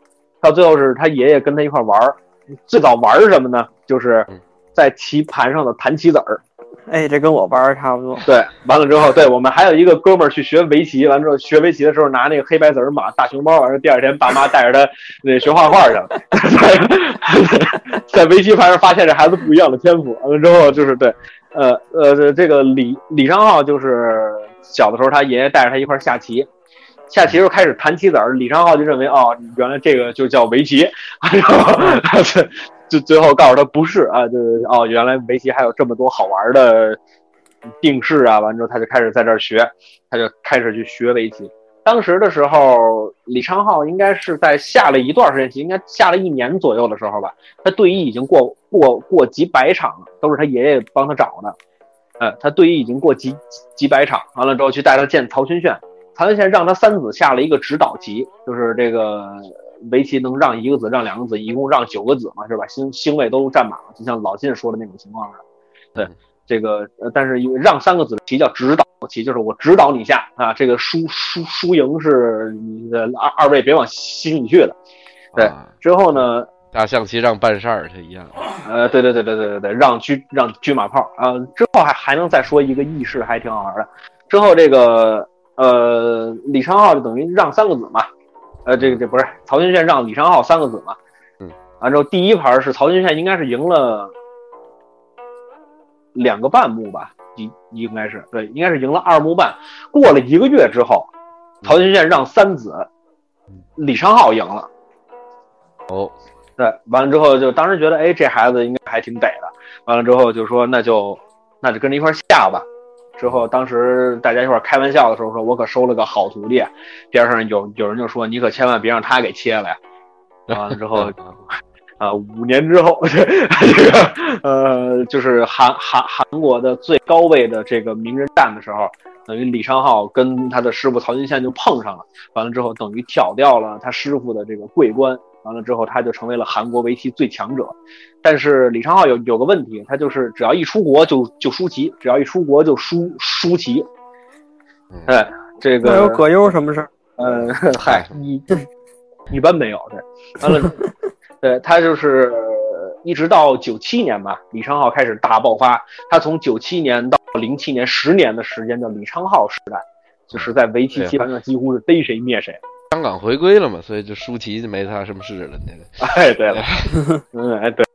到最后是他爷爷跟他一块玩儿。最早玩儿什么呢？就是嗯在棋盘上的弹棋子儿。哎，这跟我玩儿差不多。 对，完了之后，对我们还有一个哥们儿去学围棋，完之后学围棋的时候拿那个黑白子儿码大熊猫，完了第二天爸妈带着他那学画画去了， 在围棋盘上发现这孩子不一样的天赋，完了之后就是对，呃呃，这个李李昌镐就是小的时候他爷爷带着他一块儿下棋。下棋时候开始弹棋子儿，李昌镐就认为哦，原来这个就叫围棋， 然后就最后告诉他不是啊，就是哦，原来围棋还有这么多好玩的定式啊，完之后他就开始在这儿学，他就开始去学围棋。当时的时候，李昌镐应该是在下了一段时间棋，应该下了一年左右的时候吧，他对弈已经过过过几百场了，都是他爷爷帮他找的。呃，他对弈已经过几几几百场，完了之后去带他见曹勋炫，曹勋炫让他三子下了一个指导棋，就是这个围棋能让一个子，让两个子，一共让九个子嘛，是吧？星星位都占满了，就像老晋说的那种情况似的。对嗯，这个呃，但是有让三个子的棋叫指导棋，就是我指导你下啊，这个输输输赢是你的二二位别往心里去了。对啊之后呢，大象棋让办事儿，它一样。呃，对对对对对对对，让车让车马炮啊、之后还还能再说一个轶事，还挺好玩的。之后这个呃，李昌镐就等于让三个子嘛，呃，这个这不是曹军炫让李昌镐三个子嘛，嗯，完之后第一盘是曹军炫应该是赢了两个半目吧，应应该是对，应该是赢了二目半。过了一个月之后，曹军炫让三子，李昌镐赢了。哦，对，完了之后就当时觉得，哎，这孩子应该还挺得的。完了之后就说，那就那就跟着一块儿下吧。之后当时大家一块儿开玩笑的时候说，我可收了个好徒弟。边上有有人就说，你可千万别让他给切了呀。完了之后啊、五年之后， 这个呃，就是韩韩韩国的最高位的这个名人战的时候，等于李昌镐跟他的师傅曹金宪就碰上了，完了之后等于挑掉了他师傅的这个桂冠，完了之后他就成为了韩国围棋最强者。但是李昌镐有有个问题，他就是只要一出国就就输棋，只要一出国就输输棋。哎，这那有个葛优什么事儿？呃，嗨，一一般没有，对，完了，对他就是呃一直到九七年吧，李昌镐开始大爆发。他从九七年到零七年十年的时间叫李昌镐时代，就是在围棋棋盘上几乎是逮谁灭谁。香港回归了嘛，所以就舒淇就没他什么事了。那个哎，对了， 嗯，哎对，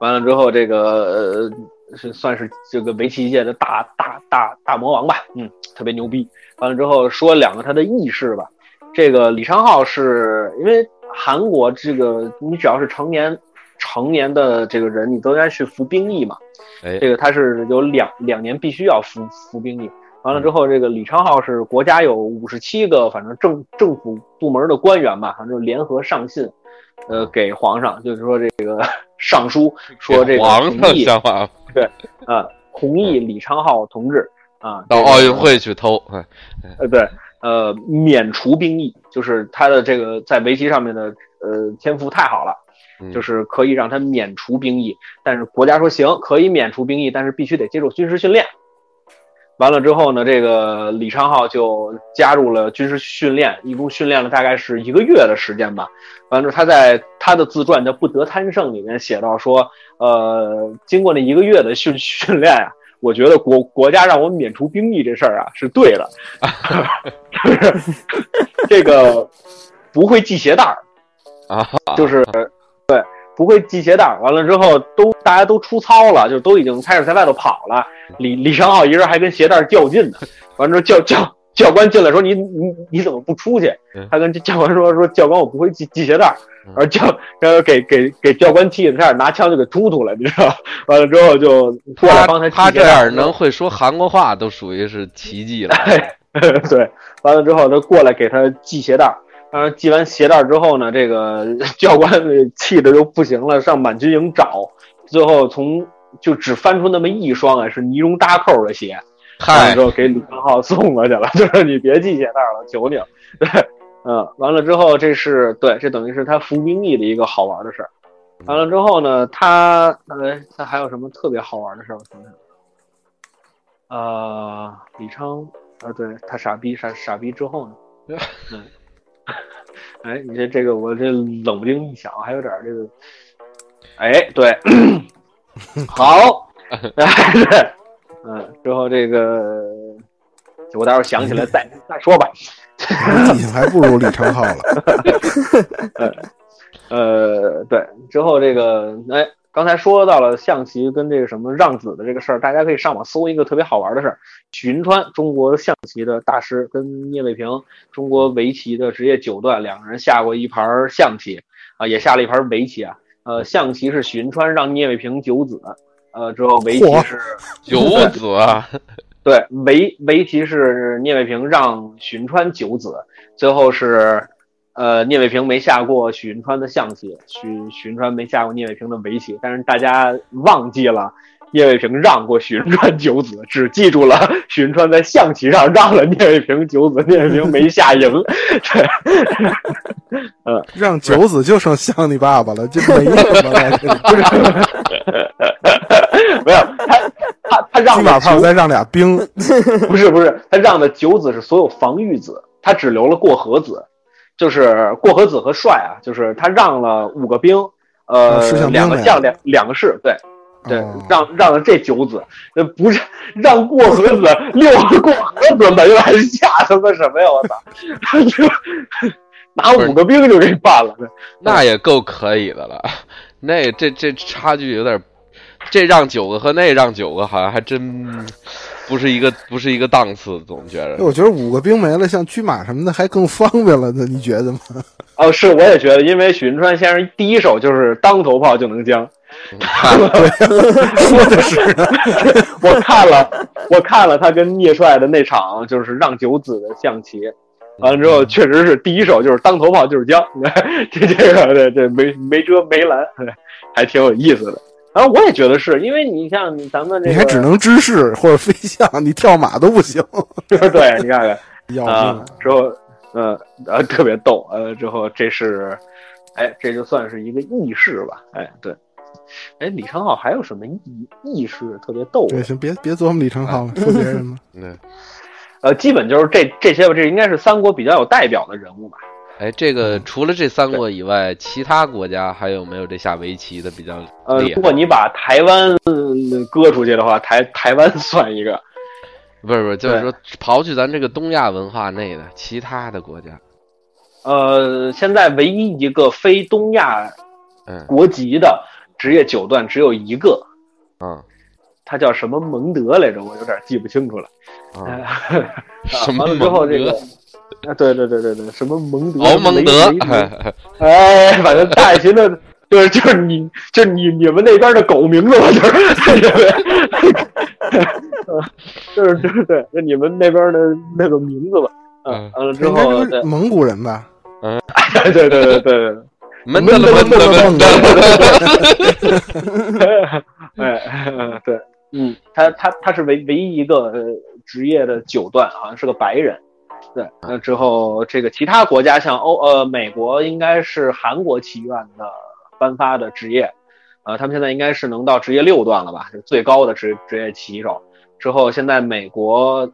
完了之后这个呃是算是这个围棋界的大大大大魔王吧，嗯，特别牛逼。完了之后说两个他的轶事吧，这个李昌镐是因为韩国这个你只要是成年成年的这个人，你都应该去服兵役嘛，哎，这个他是有两两年必须要服服兵役。完了之后，这个李昌镐是国家有五十七个，反正政政府部门的官员吧，反正就联合上信，呃，给皇上，就是说这个上书说这个皇同上意想法啊，同意李昌镐同志啊到这个奥运哦会去偷，哎呃，对，呃，免除兵役，就是他的这个在围棋上面的呃天赋太好了嗯。就是可以让他免除兵役，但是国家说行，可以免除兵役，但是必须得接受军事训练。完了之后呢，这个李昌镐就加入了军事训练，一共训练了大概是一个月的时间吧。完了之后，他在他的自传叫《不得贪胜》里面写到说，呃，经过那一个月的训 训练啊，我觉得国国家让我免除兵役这事儿啊是对的， 就是这个不会系鞋带儿，啊，就是对不会系鞋带儿。完了之后都大家都出操了，就都已经开始在外头跑了。李李昌镐一人还跟鞋带儿较劲呢。完了之后教教教官进来说你你你怎么不出去嗯？他跟这教官说说教官我不会系系鞋带儿嗯。而教，然后给给给教官气的，开始拿枪就给突突了，你知道吧？完了之后就过来帮他系鞋这带儿样能会说韩国话，都属于是奇 迹了。对，完了之后他过来给他系鞋带儿，当然系完鞋带儿之后呢，这个教官气的就不行了，上满军营找，最后从就只翻出那么一双啊，是尼龙搭扣的鞋，完了嗨之，后给李昌镐送过去了， 就是你别系鞋带儿了，求你了。对，嗯，完了之后这是对，这等于是他服兵役的一个好玩的事儿。完了之后呢，他呃，他还有什么特别好玩的事儿？我想想，呃，李昌啊，对他傻逼傻傻逼之后呢，嗯，哎，你这这个我这冷不丁一想，还有点儿这个，哎，对，好，哎，对，嗯，之后这个我待会儿想起来再再说吧。你还不如李昌镐了。呃，对，之后这个，哎，刚才说到了象棋跟这个什么让子的这个事儿，大家可以上网搜一个特别好玩的事儿。许云川，中国象棋的大师，跟聂卫平，中国围棋的职业九段，两个人下过一盘儿象棋啊、也下了一盘儿围棋啊。呃，象棋是许云川让聂卫平九子，呃，之后围棋嚯是九子啊， 对，围围棋是聂卫平让许云川九子，最后是，呃，聂卫平没下过许云川的象棋，许许云川没下过聂卫平的围棋，但是大家忘记了聂卫平让过许云川九子，只记住了许云川在象棋上让了聂卫平九子，聂卫平没下赢。 让九子就剩像你爸爸了，就没什么了。没有，他他他让金了马九胖再让俩兵，不是不是，他让的九子是所有防御子，他只留了过河子，就是过河子和帅啊，就是他让了五个兵，呃，啊是像两兵个呗将两两个士，对对，哦让让了这九子，呃，不是让过河子六个过河子门来吓他妈什么呀！我操，拿五个兵就给办了，那也够可以的了。 那这这差距有点，这让九个和那让九个好像还真不是一个不是一个档次，总觉哎着。我觉得五个兵没了，像车马什么的还更方便了呢，你觉得吗？哦，是，我也觉得，因为许云川先生第一手就是当头炮就能将，嗯说的是， 我看了，我看了他跟聂帅的那场就是让九子的象棋，完了之嗯后确实是第一手就是当头 炮就是将，这这个这这没没遮没拦，还挺有意思的。然后我也觉得是因为你像咱们这你个，还只能知识或者飞象，你跳马都不行， 对，你看看， 要命啊！，之后，呃，呃，特别逗，呃，之后这是，哎，这就算是一个轶事吧，哎，对，哎，李昌镐还有什么轶轶事特别逗的？对，行，别别琢磨李成浩了，说别人吧。嗯，呃，基本就是这这些吧，这应该是三国比较有代表的人物吧。哎，这个嗯除了这三国以外，其他国家还有没有这下围棋的比较呃，厉如害？果你把台湾嗯割出去的话，台台湾 算一个，不是不是，就是说刨去咱这个东亚文化内的其他的国家，呃，现在唯一一个非东亚嗯国籍的职业九段只有一个，嗯他叫什么蒙德来着？我有点记不清楚了。嗯， 啊 什么完了蒙之后这个德，啊，对对对对对，什么蒙德、敖蒙德哦雷，雷 哎，反正大一群的，就是就是你，就是你你们那边的狗名字吧，就是，就是就是对，就你们那边的那个名字吧。嗯，完了之应该后，都对是蒙古人吧？对对对对对蒙德蒙蒙德蒙德，对，哎，对，嗯，他他他是唯唯一一个呃职业的九段，好像是个白人。对，那之后这个其他国家像欧呃美国应该是韩国棋院的颁发的职业，呃，他们现在应该是能到职业六段了吧，就是最高的职职业棋手。之后现在美国、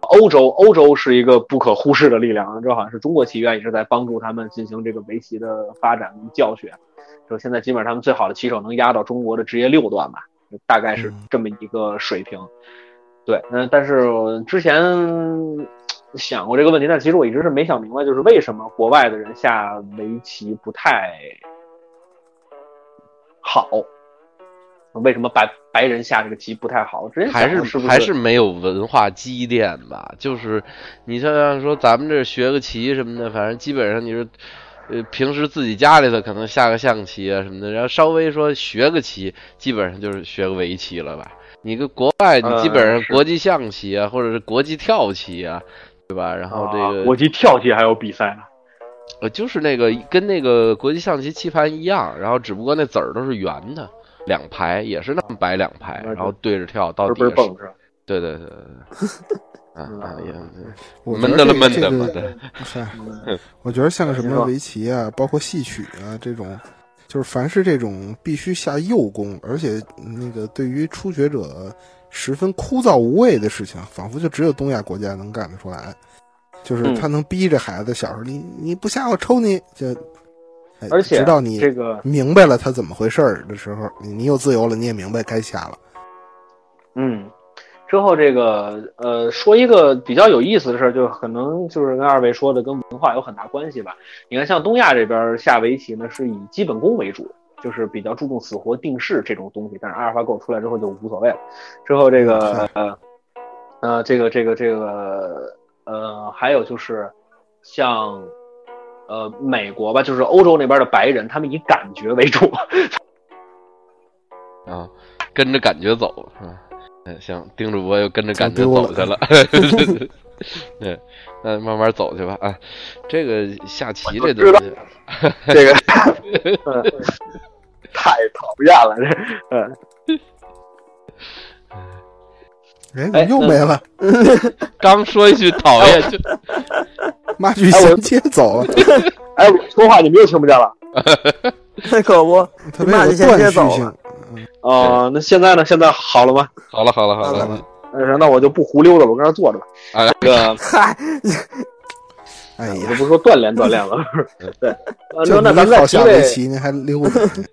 欧洲，欧洲是一个不可忽视的力量，这好像是中国棋院一直在帮助他们进行这个围棋的发展跟教学。就现在基本上他们最好的棋手能压到中国的职业六段吧，就大概是嗯这么一个水平。对，嗯，但是我之前想过这个问题，但其实我一直是没想明白，就是为什么国外的人下围棋不太好，为什么白白人下这个棋不太好？之前还想过是是不还是没有文化积淀吧？就是你像像说咱们这学个棋什么的，反正基本上你是，呃，平时自己家里头可能下个象棋啊什么的，然后稍微说学个棋，基本上就是学个围棋了吧？你个国外，你基本上嗯是国际象棋啊，或者是国际跳棋啊，对吧？然后这个啊国际跳棋还有比赛呢？呃，就是那个跟那个国际象棋棋盘一样，然后只不过那子儿都是圆的，两排也是那么摆两排，那就然后对着跳啊到不是底不下是是。蹦是吧？对对对对对，啊啊也也 我觉闷得得这了个闷这得个了，对，嗨， 我觉得像什么围棋啊，包括戏曲啊这种，就是凡是这种必须下右攻，而且那个对于初学者十分枯燥无味的事情，仿佛就只有东亚国家能干得出来。就是嗯他能逼着孩子小时候，你你不下我抽你，就，哎而且直到你这个明白了他怎么回事儿的时候，你你又自由了，你也明白该下了。嗯，之后这个呃，说一个比较有意思的事儿，就可能就是跟二位说的跟文化有很大关系吧。你看，像东亚这边儿下围棋呢，是以基本功为主，就是比较注重死活定式这种东西。但是阿尔法狗出来之后就无所谓了。之后这个呃呃，这个这个这个呃，还有就是像。呃，美国吧，就是欧洲那边的白人，他们以感觉为主，啊，跟着感觉走是吧？嗯，行，丁主播又跟着感觉走丢走去了了， 对，那慢慢走去吧啊。这个下棋我这就知东道西，这个嗯太讨厌了，这嗯，哎，怎哎么又那没了？刚说一句讨厌就妈去衔接 走啊了，哎，我说话你们又听不见了。那 可不，特别骂有就个断衔接续走了性。哦、那现在呢？现在好了吗？好了好了好好了了，呃那我就不胡溜了，我跟那儿坐着吧。哎这个嗨，哎我呀就，不说锻炼锻炼了。对，呃就那那咱们您再好提下围这，棋，您还 溜达呢？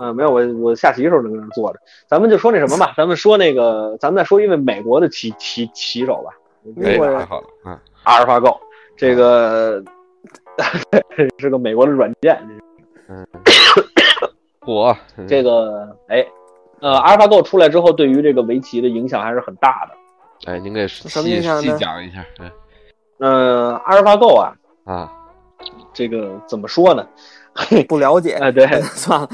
嗯、没有，我我下棋的时候就跟那儿坐着。咱们就说那什么吧，咱们说那个，咱们再说一位美国的棋棋棋手吧，哎，我太好了啊，阿尔法狗，这个 是个美国的软件，嗯火，嗯这个哎，呃，阿尔法狗出来之后，对于这个围棋的影响还是很大的。哎，您给细什么影响细呢讲一下，嗯嗯、阿尔法狗啊，啊，这个怎么说呢？ 不了解，哎，对，算了，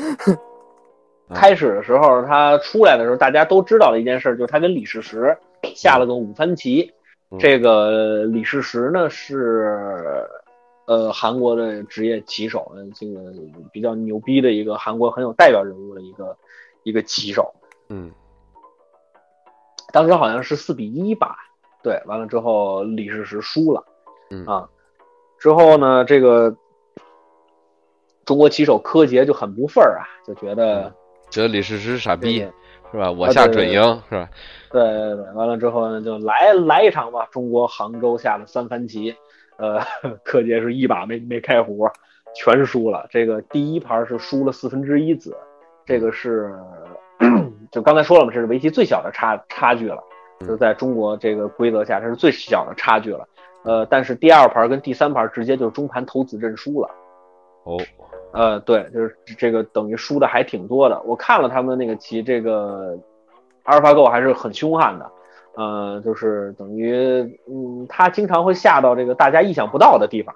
开始的时候他出来的时候，大家都知道的一件事，就是他跟李世石下了个五番棋。嗯这个李世石呢是呃韩国的职业棋手，呃这个比较牛逼的一个韩国很有代表人物的一个一个旗手。嗯，当时好像是四比一吧，对，完了之后李世石输了，嗯啊，之后呢，这个中国棋手柯洁就很不忿儿啊，就觉得觉得李世石傻这嗯逼个是吧？我啊下对准对赢是吧？对对对，完了之后呢，就来来一场吧。中国杭州下了三盘棋，呃， 柯洁是一把没没开胡，全输了。这个第一盘是输了四分之一子，这个是 就刚才说了嘛，这是围棋最小的差差距了，就在中国这个规则下，这是最小的差距了。呃，但是第二盘跟第三盘直接就是中盘投子认输了。哦，呃，对，就是这个等于输的还挺多的。我看了他们那个棋，这个阿尔法狗还是很凶悍的，呃，就是等于嗯，他经常会下到这个大家意想不到的地方。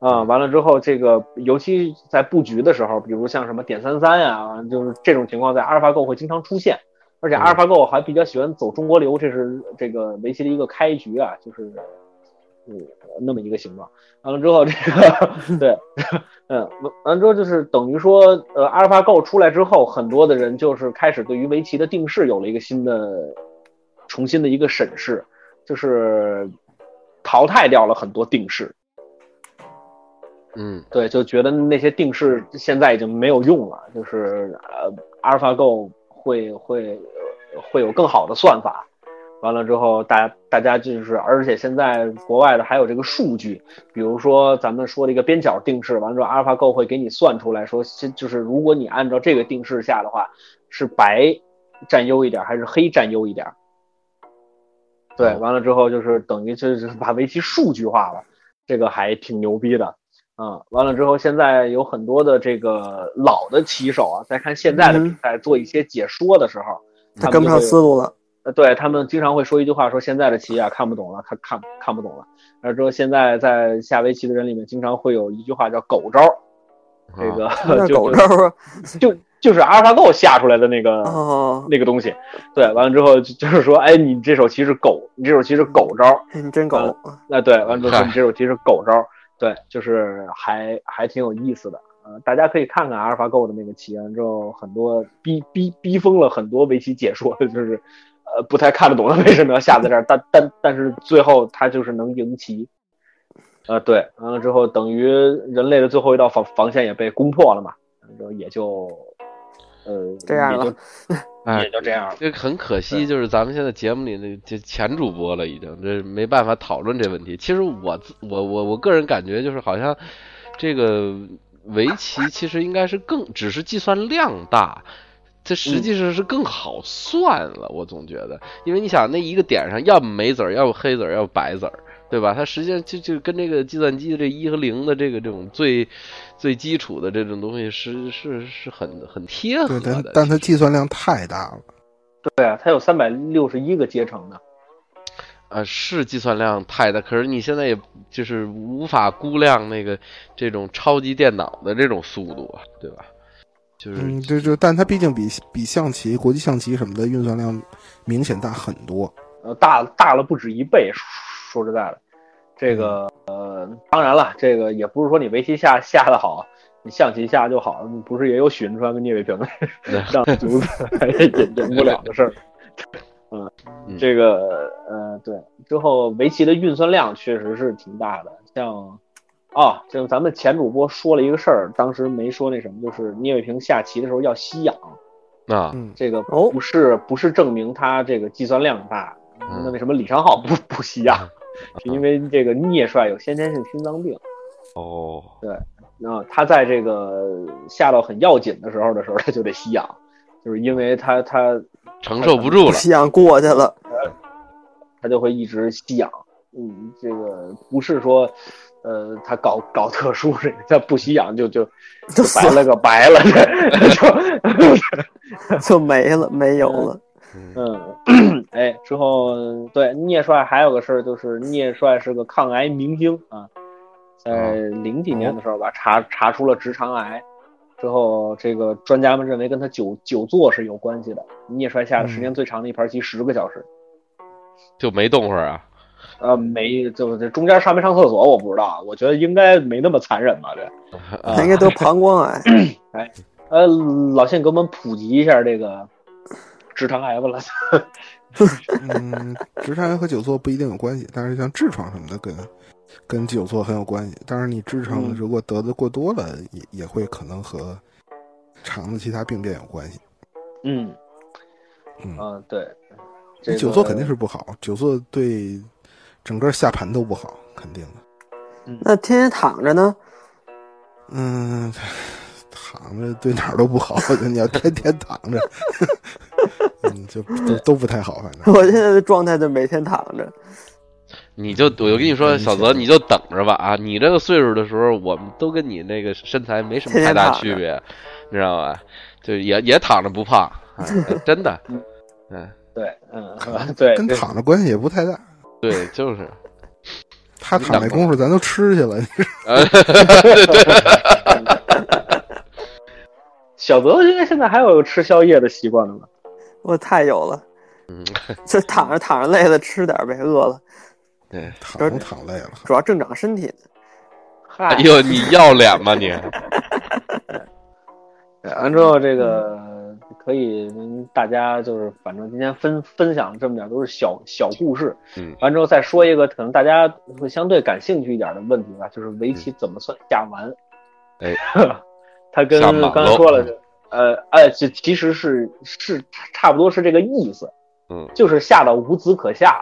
啊、完了之后，这个尤其在布局的时候，比如像什么点三三呀，就是这种情况在阿尔法狗会经常出现，而且阿尔法狗还比较喜欢走中国流，这是这个围棋的一个开局啊，就是嗯那么一个形状。完了之后，这个对，嗯，完完了之后就是等于说，呃，阿尔法 Go 出来之后，很多的人就是开始对于围棋的定式有了一个新的、重新的一个审视，就是淘汰掉了很多定式。嗯对，就觉得那些定式现在已经没有用了，就是呃，AlphaGo 会会呃会有更好的算法。完了之后，大大家就是，而且现在国外的还有这个数据，比如说咱们说的一个边角定式，完了之后，AlphaGo 会给你算出来说，是就是如果你按照这个定式下的话，是白占优一点还是黑占优一点？对，嗯哦完了之后就是等于就是把围棋数据化了，这个还挺牛逼的。啊，完了之后，现在有很多的这个老的棋手啊，在看现在的比赛做一些解说的时候，嗯他他跟们不就会上思路了。呃，对他们经常会说一句话，说现在的棋啊看不懂了，看看看不懂了。然后之后现在在下围棋的人里面，经常会有一句话叫“狗招儿”，这啊个、那 就狗招儿 就就是阿尔法狗下出来的那个、哦，那个东西。对，完了之后就就是说，哎，你这手棋是狗，你这手棋是狗招儿。你真狗那对，完了之后嗨你这手棋是狗招儿，对，就是还还挺有意思的。呃，大家可以看看阿尔法狗的那个棋，完之后很多逼逼逼疯了很多围棋解说，就是呃不太看得懂他为什么要下在这儿，但但但是最后他就是能赢棋。呃，对，完了之后等于人类的最后一道防防线也被攻破了嘛，然后也就呃这样了也就哎也，就这样了。这很可惜，就是咱们现在节目里的这前主播了，已经这没办法讨论这问题。其实我自我我我个人感觉就是好像这个围棋其实应该是更只是计算量大。这实嗯际上是更好算了，我总觉得，因为你想那一个点上，要么没子儿，要么黑子儿，要么白子儿，对吧？它实际上就就跟这个计算机的这一和零的这个这种最最基础的这种东西是是是很很贴合对，但的。但它其实计算量太大了。对啊，它有三百六十一个阶乘呢。啊，是计算量太大，可是你现在也就是无法估量那个这种超级电脑的这种速度啊，对吧？就是、嗯，这就，但它毕竟比比象棋、国际象棋什么的运算量明显大很多。呃，大大了不止一倍。说说实在的，这个呃，当然了，这个也不是说你围棋下下的好，你象棋下就好，不是也有许仁川跟聂卫平 让犊子也赢不了的事儿。嗯，嗯这个呃，对，之后围棋的运算量确实是挺大的。像啊，就是咱们前主播说了一个事儿，当时没说那什么，就是聂卫平下棋的时候要吸氧，啊，嗯，这个哦不是不是证明他这个计算量大，嗯那为什么李昌镐不不吸氧？ 是因为这个聂帅有先天性心脏病，哦，那他在这个下到很要紧的时候的时候，他就得吸氧，就是因为他他承受不住了，夕阳过去了，他就会一直吸氧。嗯，这个不是说，呃，他搞搞特殊 这个，他不吸氧就就就就死白了个白了， 就就就没了，哎没有了。嗯， 哎，之后对聂帅还有个事儿，就是聂帅是个抗癌明星啊，在零几年的时候吧，查查出了直肠癌，之后这个专家们认为跟他久久坐是有关系的。聂帅下的时间最长的一盘棋十个小时，就没动会儿啊。呃，没就是这中间上没上厕所啊啊我不知道，我觉得应该没那么残忍吧，这。 他应该得膀胱癌，呃，老谢给我们普及一下这个直肠癌吧，老谢。嗯，直肠癌和久坐不一定有关系，但是像痔疮什么的跟跟久坐很有关系。当然，你痔嗯疮如果得的过多了，也也会可能和肠子其他病变有关系。嗯，嗯啊，对，这个久坐肯定是不好，久坐对整个下盘都不好，肯定的。那天天躺着呢？ 嗯， 躺着对哪儿都不好，我觉得你要天天躺着， 嗯，就都都不太好，反正我现在的状态就每天躺着。你就我就跟你说，小泽，你就等着吧啊！你这个岁数的时候，我们都跟你那个身材没什么太大区别，你知道吧？就也也躺着不胖，哎真的，嗯，对，嗯，对，跟这躺着关系也不太大。对，就是，他躺那功夫，咱都吃去了。呃， 小泽应该现在还有吃宵夜的习惯了吧？我太有了，就躺着躺着累了，吃点呗，饿了，对，躺都躺累了，主要正长身体呢。嗨哎，呦，你要脸吗你？对完之后这嗯个可以，嗯大家就是反正今天分分享这么点儿都是小小故事，嗯完之后再说一个可能大家会相对感兴趣一点的问题吧，就是围棋怎么算下完？嗯哎， 他跟下马刚才喽说了，呃，哎，这其实是是差不多是这个意思，嗯就是下到无子可下，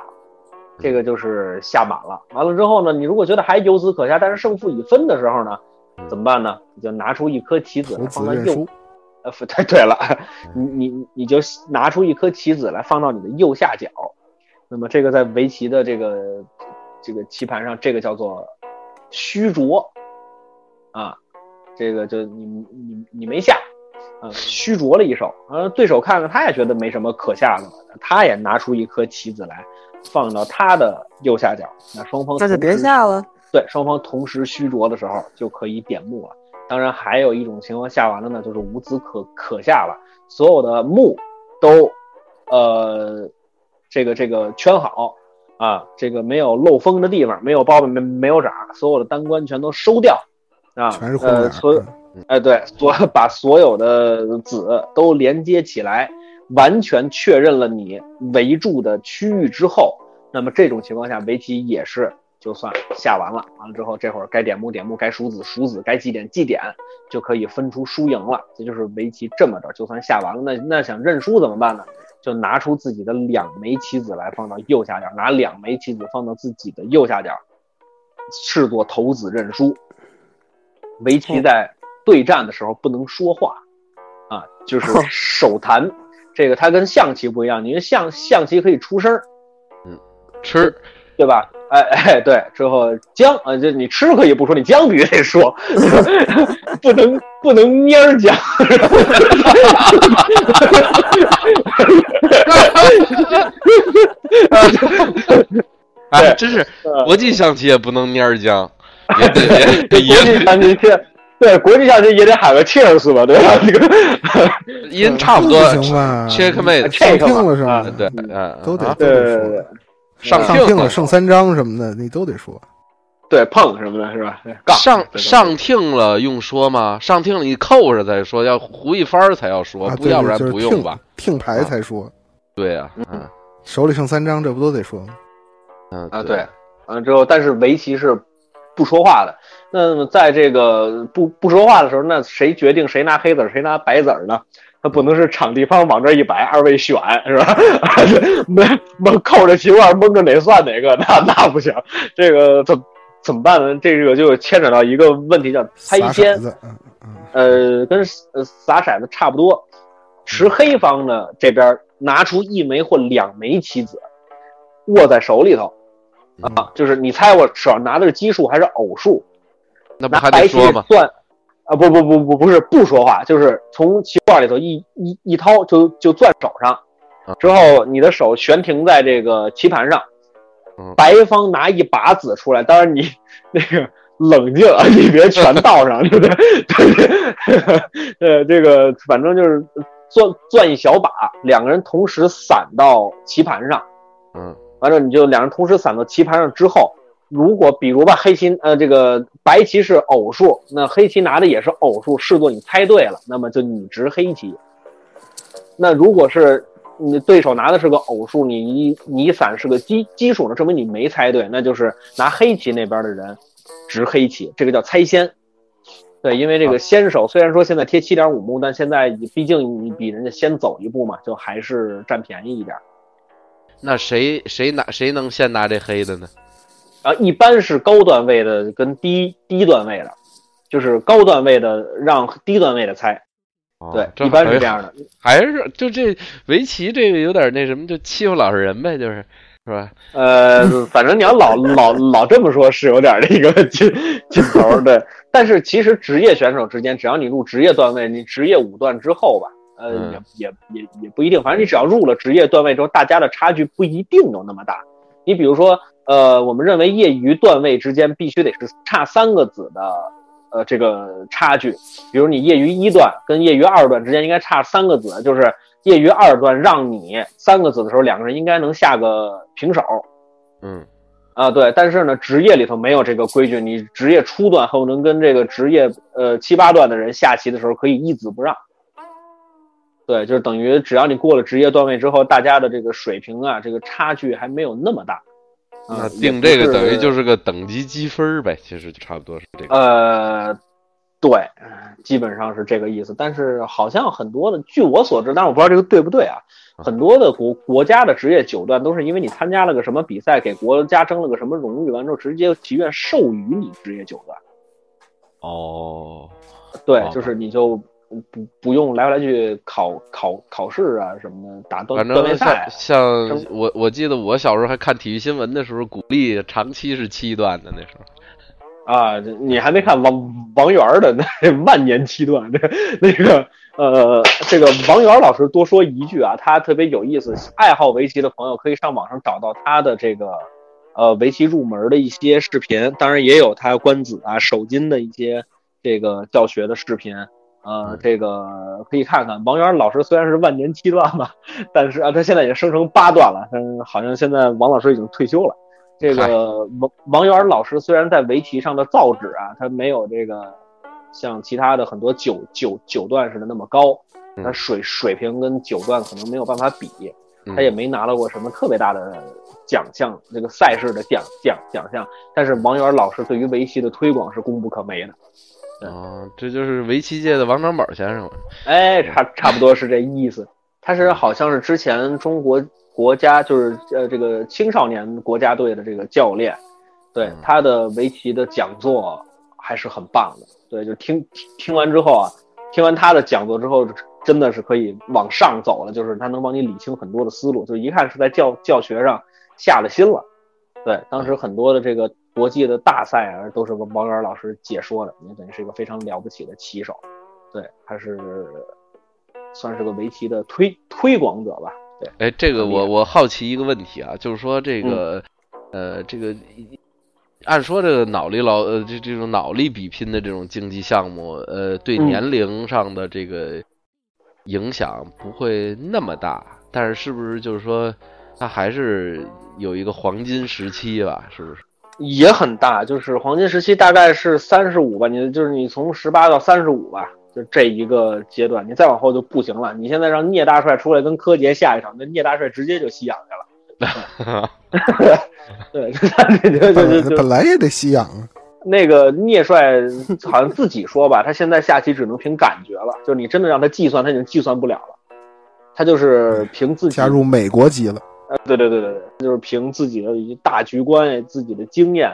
这个就是下满了。完了之后呢，你如果觉得还有子可下，但是胜负已分的时候呢，嗯怎么办呢？你就拿出一颗棋子投来资放在认右输，呃，不 对对了，你你你就拿出一颗棋子来放到你的右下角，那么这个在围棋的这个这个棋盘上，这个叫做虚着啊，这个就你你你没下，啊，虚着了一手，啊，对手看了他也觉得没什么可下的了，他也拿出一颗棋子来放到他的右下角，那双方那就同别时下了，对，双方同时虚着的时候就可以点目了。当然，还有一种情况下完了呢，就是无子可可下了，所有的目都，呃，这个这个圈好啊，这个没有漏风的地方，没有包办，没没有掌，所有的单关全都收掉啊，全是窟呃，嗯窿眼所有儿。哎，对，所 把所有的子都连接起来，完全确认了你围住的区域之后，那么这种情况下，围棋也是就算下完了，完了之后，这会儿该点目点目，该数子数子，该祭点祭点，就可以分出输赢了。这就是围棋这么着，就算下完了，那那想认输怎么办呢？就拿出自己的两枚棋子来放到右下角，拿两枚棋子放到自己的右下角，视作投子认输。围棋在对战的时候不能说话，啊，就是手谈。这个它跟象棋不一样，因为象象棋可以出声儿，吃，对吧？哎哎，对，之后姜啊，就你吃可以不说，你姜必须得说，不能不能蔫儿姜。哎，对真是嗯国际象棋也不能蔫儿僵，也得 也国得际也象棋切，对国际象棋也得喊个 cheers 吧，对吧？这个得音差不多不行吧，checkmate，啊上听了什么啊的，对，嗯，都得啊都对对得对说对。上上听了剩三张什么的，你都得说。对碰什么的是吧？对杠上对上听了用说吗？上听了你扣着再说，要胡一番儿才要说，啊，不对要不然对就不是用吧？啊听听牌才说，对呀，嗯手里剩三张，这不都得说吗？嗯啊，对，嗯，之后但是围棋是不说话的。那么在这个不不说话的时候，那谁决定谁拿黑子儿，谁拿白子儿呢？那不能是场地方往这儿一摆，二位选是吧？ 没蒙扣着棋腕，蒙着哪算哪个，那那不行。这个怎怎么办呢？这个就牵扯到一个问题，叫撒猜骰先。子，嗯嗯，呃，跟呃撒骰子差不多。持黑方呢这边拿出一枚或两枚棋子，握在手里头，啊，就是你猜我手上拿的是奇数还是偶数？那不拿还白得棋说吗？算啊，不不不不不是不说话，就是从棋罐里头一一一掏就就攥手上啊，之后你的手悬停在这个棋盘上嗯，白方拿一把子出来，当然你那个冷静啊，你别全倒上，对不 对？对，呃，这个反正就是攥攥一小把，两个人同时散到棋盘上。嗯完了你就两人同时散到棋盘上之后，如果比如吧，黑棋呃这个白棋是偶数，那黑棋拿的也是偶数，视作你猜对了，那么就你执黑棋。那如果是你对手拿的是个偶数，你一你一闪是个奇奇数呢，证明你没猜对，那就是拿黑棋那边的人执黑棋，这个叫猜先。对，因为这个先手虽然说现在贴七点五目，但现在你毕竟你比人家先走一步嘛，就还是占便宜一点。那谁谁拿谁能先拿这黑的呢？啊，一般是高段位的跟低低段位的，就是高段位的让低段位的猜，哦对，这一般好是像这样的。还是就这围棋这个有点那什么，就欺负老实人呗，就是是吧？呃，反正你要老老老这么说，是有点那个 劲劲头儿对。但是其实职业选手之间，只要你入职业段位，你职业五段之后吧，呃，嗯也也也也不一定。反正你只要入了职业段位之后，大家的差距不一定有那么大。你比如说，呃，我们认为业余段位之间必须得是差三个子的，呃，这个差距。比如你业余一段跟业余二段之间应该差三个子，就是业余二段让你三个子的时候，两个人应该能下个平手。嗯，啊，对，但是呢，职业里头没有这个规矩，你职业初段恨不能跟这个职业呃七八段的人下棋的时候可以一子不让。对，就是等于只要你过了职业段位之后，大家的这个水平啊，这个差距还没有那么大。啊那定这个等于就是是个等级积分儿呗，其实就差不多是这个。呃，对，基本上是这个意思。但是好像很多的，据我所知，但是我不知道这个对不对啊。嗯很多的国国家的职业九段都是因为你参加了个什么比赛，给国家争了个什么荣誉，完之后直接祈愿授予你职业九段。哦，对哦，就是你就不不用来回来去考考考试啊什么的，打段反段位正赛像啊。像我我记得我小时候还看体育新闻的时候，鼓励长期是七段的那时候。啊，你还没看王王源儿的那 万年七段，这那个呃，这个王源儿老师多说一句啊，他特别有意思，爱好围棋的朋友可以上网上找到他的这个呃围棋入门的一些视频，当然也有他官子啊、手筋的一些这个教学的视频。呃嗯，这个可以看看王源儿老师虽然是万年七段吧， 但是啊，他现在也升成八段了，但是好像现在王老师已经退休了。这嗨个王王源老师虽然在围棋上的造诣啊，他没有这个像其他的很多九九九段似的那么高，嗯那水水平跟九段可能没有办法比，嗯他也没拿到过什么特别大的奖项，这个赛事的奖奖奖项。但是王源老师对于围棋的推广是功不可没的。哦，这就是围棋界的王长宝先生了。哎，差差不多是这意思。他是好像是之前中国国家就是呃这个青少年国家队的这个教练，对嗯他的围棋的讲座还是很棒的。对，就听听听完之后啊，听完他的讲座之后，真的是可以往上走了，就是他能帮你理清很多的思路，就一看是在教教学上下了心了。对，当时很多的这个国际的大赛啊，都是王源老师解说的，也等于是一个非常了不起的棋手。对，他是算是个围棋的推推广者吧。对，哎，这个我厉害我好奇一个问题啊，就是说嗯这个，呃，这个，按说这个脑力劳呃这这种脑力比拼的这种竞技项目，呃，对嗯年龄上的这个影响不会那么大，但是是不是就是说，它还是有一个黄金时期吧？是 不是？也很大，就是黄金时期大概是三十五吧，你就是你从十八到三十五吧，就这一个阶段，你再往后就不行了。你现在让聂大帅出来跟柯洁下一场，那聂大帅直接就吸氧去了。对， 就就就就本本来也得吸氧啊，那个聂帅好像自己说吧，他现在下棋只能凭感觉了，就是你真的让他计算，他已经计算不了了，他就是凭自己加入美国籍了。对对对对对，就是凭自己的一些大局观呀、自己的经验，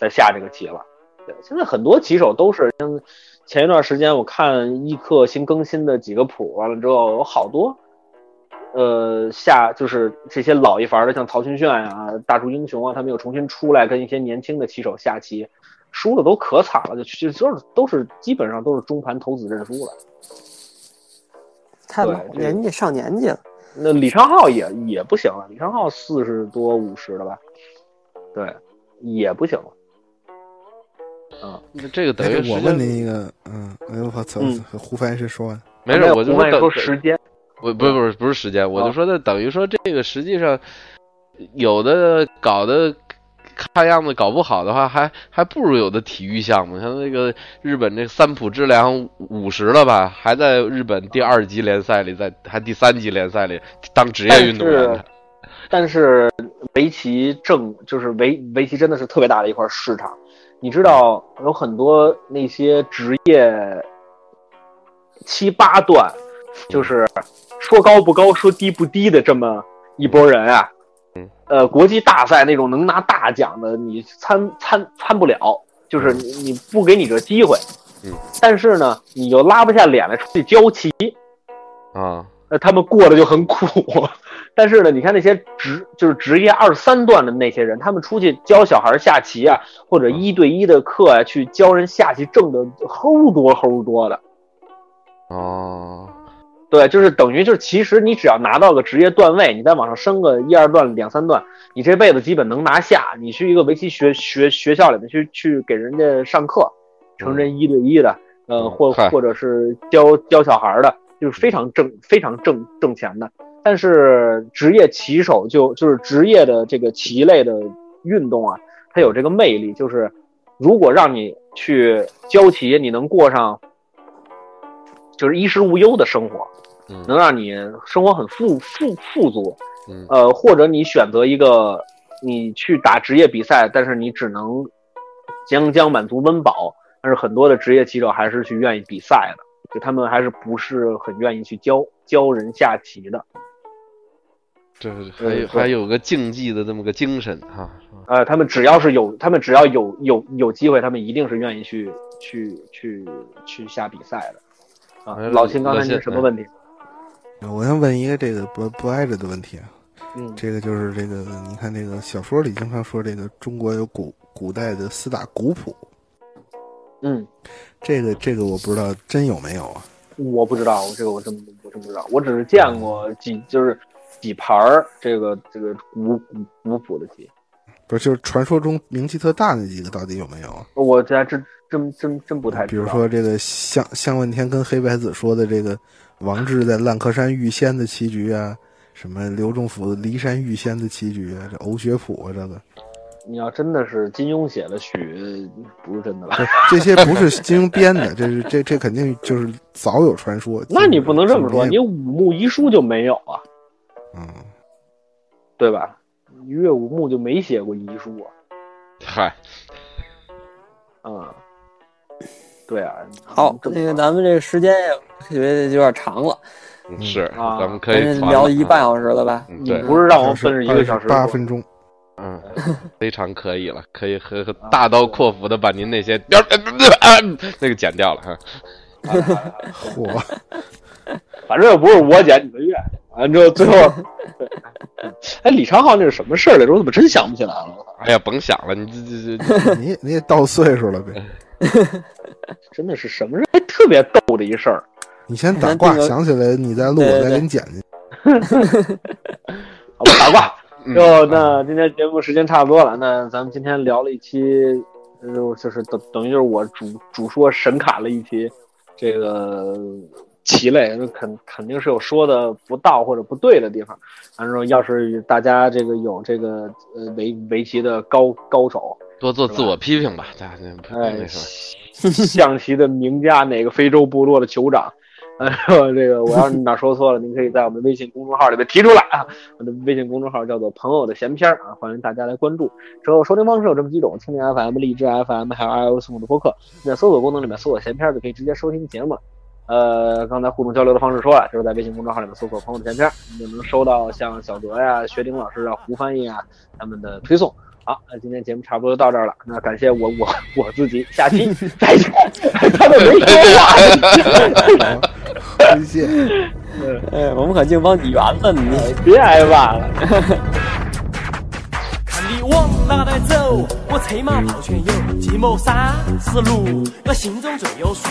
在下这个棋了。对，现在很多棋手都是，像前一段时间我看易课新更新的几个谱，完了之后有好多，呃，下就是这些老一伐的，像曹勋炫呀、大厨英雄啊，他们又重新出来跟一些年轻的棋手下棋，输的都可惨了，就就就是都是基本上都是中盘投子认输了。太对老，这个人家上年纪了。那李昌镐也也不行了，李昌镐四十多五十了吧？对，也不行了。那这个等哎于我时间问您一个，嗯，哎呦我操，胡凡先说完。啊没事，那我就我说跟你等说时间，不不是不是不是时间，我就哦说那等于说这个实际上有的搞得看样子搞不好的话，还还不如有的体育项目，像那个日本这三浦知良五十了吧，还在日本第二级联赛里，在还第三级联赛里当职业运动员但呢是。但是围棋正就是围围棋真的是特别大的一块市场，你知道有很多那些职业七八段，就是说高不高，说低不低的这么一拨人啊嗯，呃，国际大赛那种能拿大奖的，你参参参不了，就是你你不给你这机会。嗯，但是呢，你又拉不下脸来出去教棋，啊，那呃他们过得就很苦。 但是呢，你看那些职就是职业二三段的那些人，他们出去教小孩下棋啊，或者一对一的课啊，去教人下棋，挣的齁多齁多的。哦，对，就是等于就是，其实你只要拿到个职业段位，你再往上升个一二段、两三段，你这辈子基本能拿下。你去一个围棋学学学校里面去去给人家上课，成人一对一的，呃，嗯或嗨或者是教教小孩儿的，就是非常挣非常挣挣钱的。但是职业棋手就就是职业的这个棋类的运动啊，它有这个魅力，就是如果让你去教棋，你能过上就是衣食无忧的生活，嗯能让你生活很富富富足。嗯呃，或者你选择一个你去打职业比赛，但是你只能将将满足温饱，但是很多的职业棋手还是去愿意比赛的，就他们还是不是很愿意去教教人下棋的。这还有还有个竞技的这么个精神哈、嗯呃，他们只要是有，他们只要有有有机会，他们一定是愿意去去去去下比赛的。啊哎，老秦刚才老你谢是什么问题？哎我想问一个这个不不挨着的问题啊，嗯，这个就是这个，你看这个小说里经常说这个中国有古古代的四大古谱，嗯，这个这个我不知道真有没有啊？我不知道，我这个我真我真不知道，我只是见过几就是几盘儿这个这个古古古谱的棋，不是，就是传说中名气特大那几个到底有没有啊？我这还真真真真不太比知道。如说这个向向问天跟黑白子说的这个王志在烂柯山遇仙的棋局啊，什么刘仲甫骊山遇仙的棋局啊，这呕血谱啊，这个你要真的是金庸写的许，不是真的吧？这些不是金庸编的，这是这这肯定就是早有传说。那你不能这么说，你就五木遗书就没有啊，嗯，对吧？岳武穆就没写过遗书啊。嗨，啊，对啊，好，这么那个咱们这个时间也觉得有点长了，是、啊咱们可咱以这传聊了一啊半小时了吧？嗯你对，不是让我们奔着一个小时八说分钟，嗯，非常可以了，可以和和大刀阔斧的把您那些呃那个剪掉了哈。嚯，反正又不是我剪你的愿，完之后最后， 哎，李昌镐那是什么事儿来着？我怎么真想不起来了？哎呀，甭想了，你这这 这，你也你也到岁数了呗？真的是什么人？哎，特别逗的一事儿。你先打卦，想起来你再录，我再给你剪进去。 好吧，打卦。嗯就那今天节目时间差不多了，那咱们今天聊了一期，呃，就是等等于就是我主主说神侃了一期，这个棋类，那肯肯定是有说的不到或者不对的地方。反正要是大家这个有这个呃围围棋的高高手，多做自我批评吧，大家不哎那什么。象棋的名家，哪个非洲部落的酋长。 呃，这个我要是哪说错了，您可以在我们微信公众号里面提出来啊。我的微信公众号叫做“朋友的闲篇”儿啊，欢迎大家来关注。之后收听方式有这么几种：蜻蜓 FM、荔枝 FM，还有 iOS 的播客。在搜索功能里面搜索“闲篇”儿，就可以直接收听节目。呃，刚才互动交流的方式说了，就是在微信公众号里面搜索“朋友的闲篇”，你就能收到像小哲呀、学鼎老师啊、胡翻译啊他们的推送。好，那今天节目差不多就到这儿了。那感谢我我我自己，下期再见。 他都没说话。回见。 哎，我们可净帮你圆了你。别挨骂了。看你往哪来走，我策马跑圈游，寂寞三十六，我心中最有数。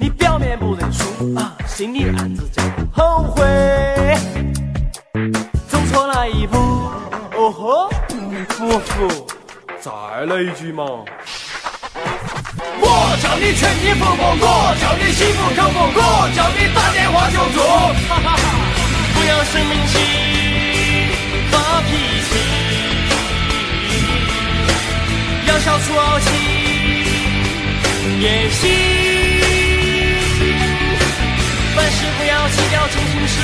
你表面不认输啊，心里暗自叫后悔，走错了一步。哦吼，不服，再来一句嘛。我叫你缺衣服不我叫你心服口服，我叫你打电话就做，哈哈哈， 不要生闷气，发脾气。说起，也行。凡事不要计较轻轻事，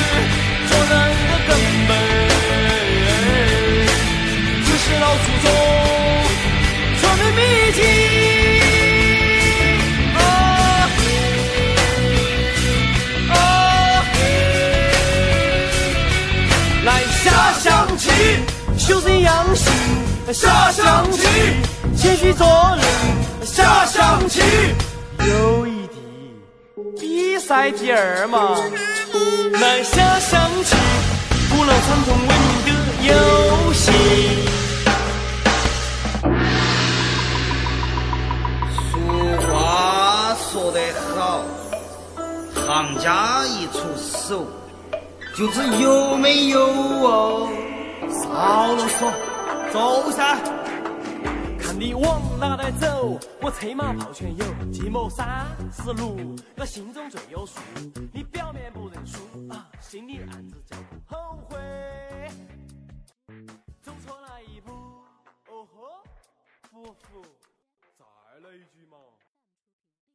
做人的根本。只是老祖宗传的秘籍。啊啊！来下象棋，修身养性；下象棋，谦虚做人；下象棋，友谊敌，比赛第二嘛。来下象棋，古老传统文明的游戏。俗话说得好，行家一出手，就是有没有哦。好啰嗦，走噻！看你往哪来走，我策马跑全有。计谋三十六，我心中最有数。你表面不认输啊，心里暗自叫苦后悔。走错了一步，哦吼，不服，再来一局嘛。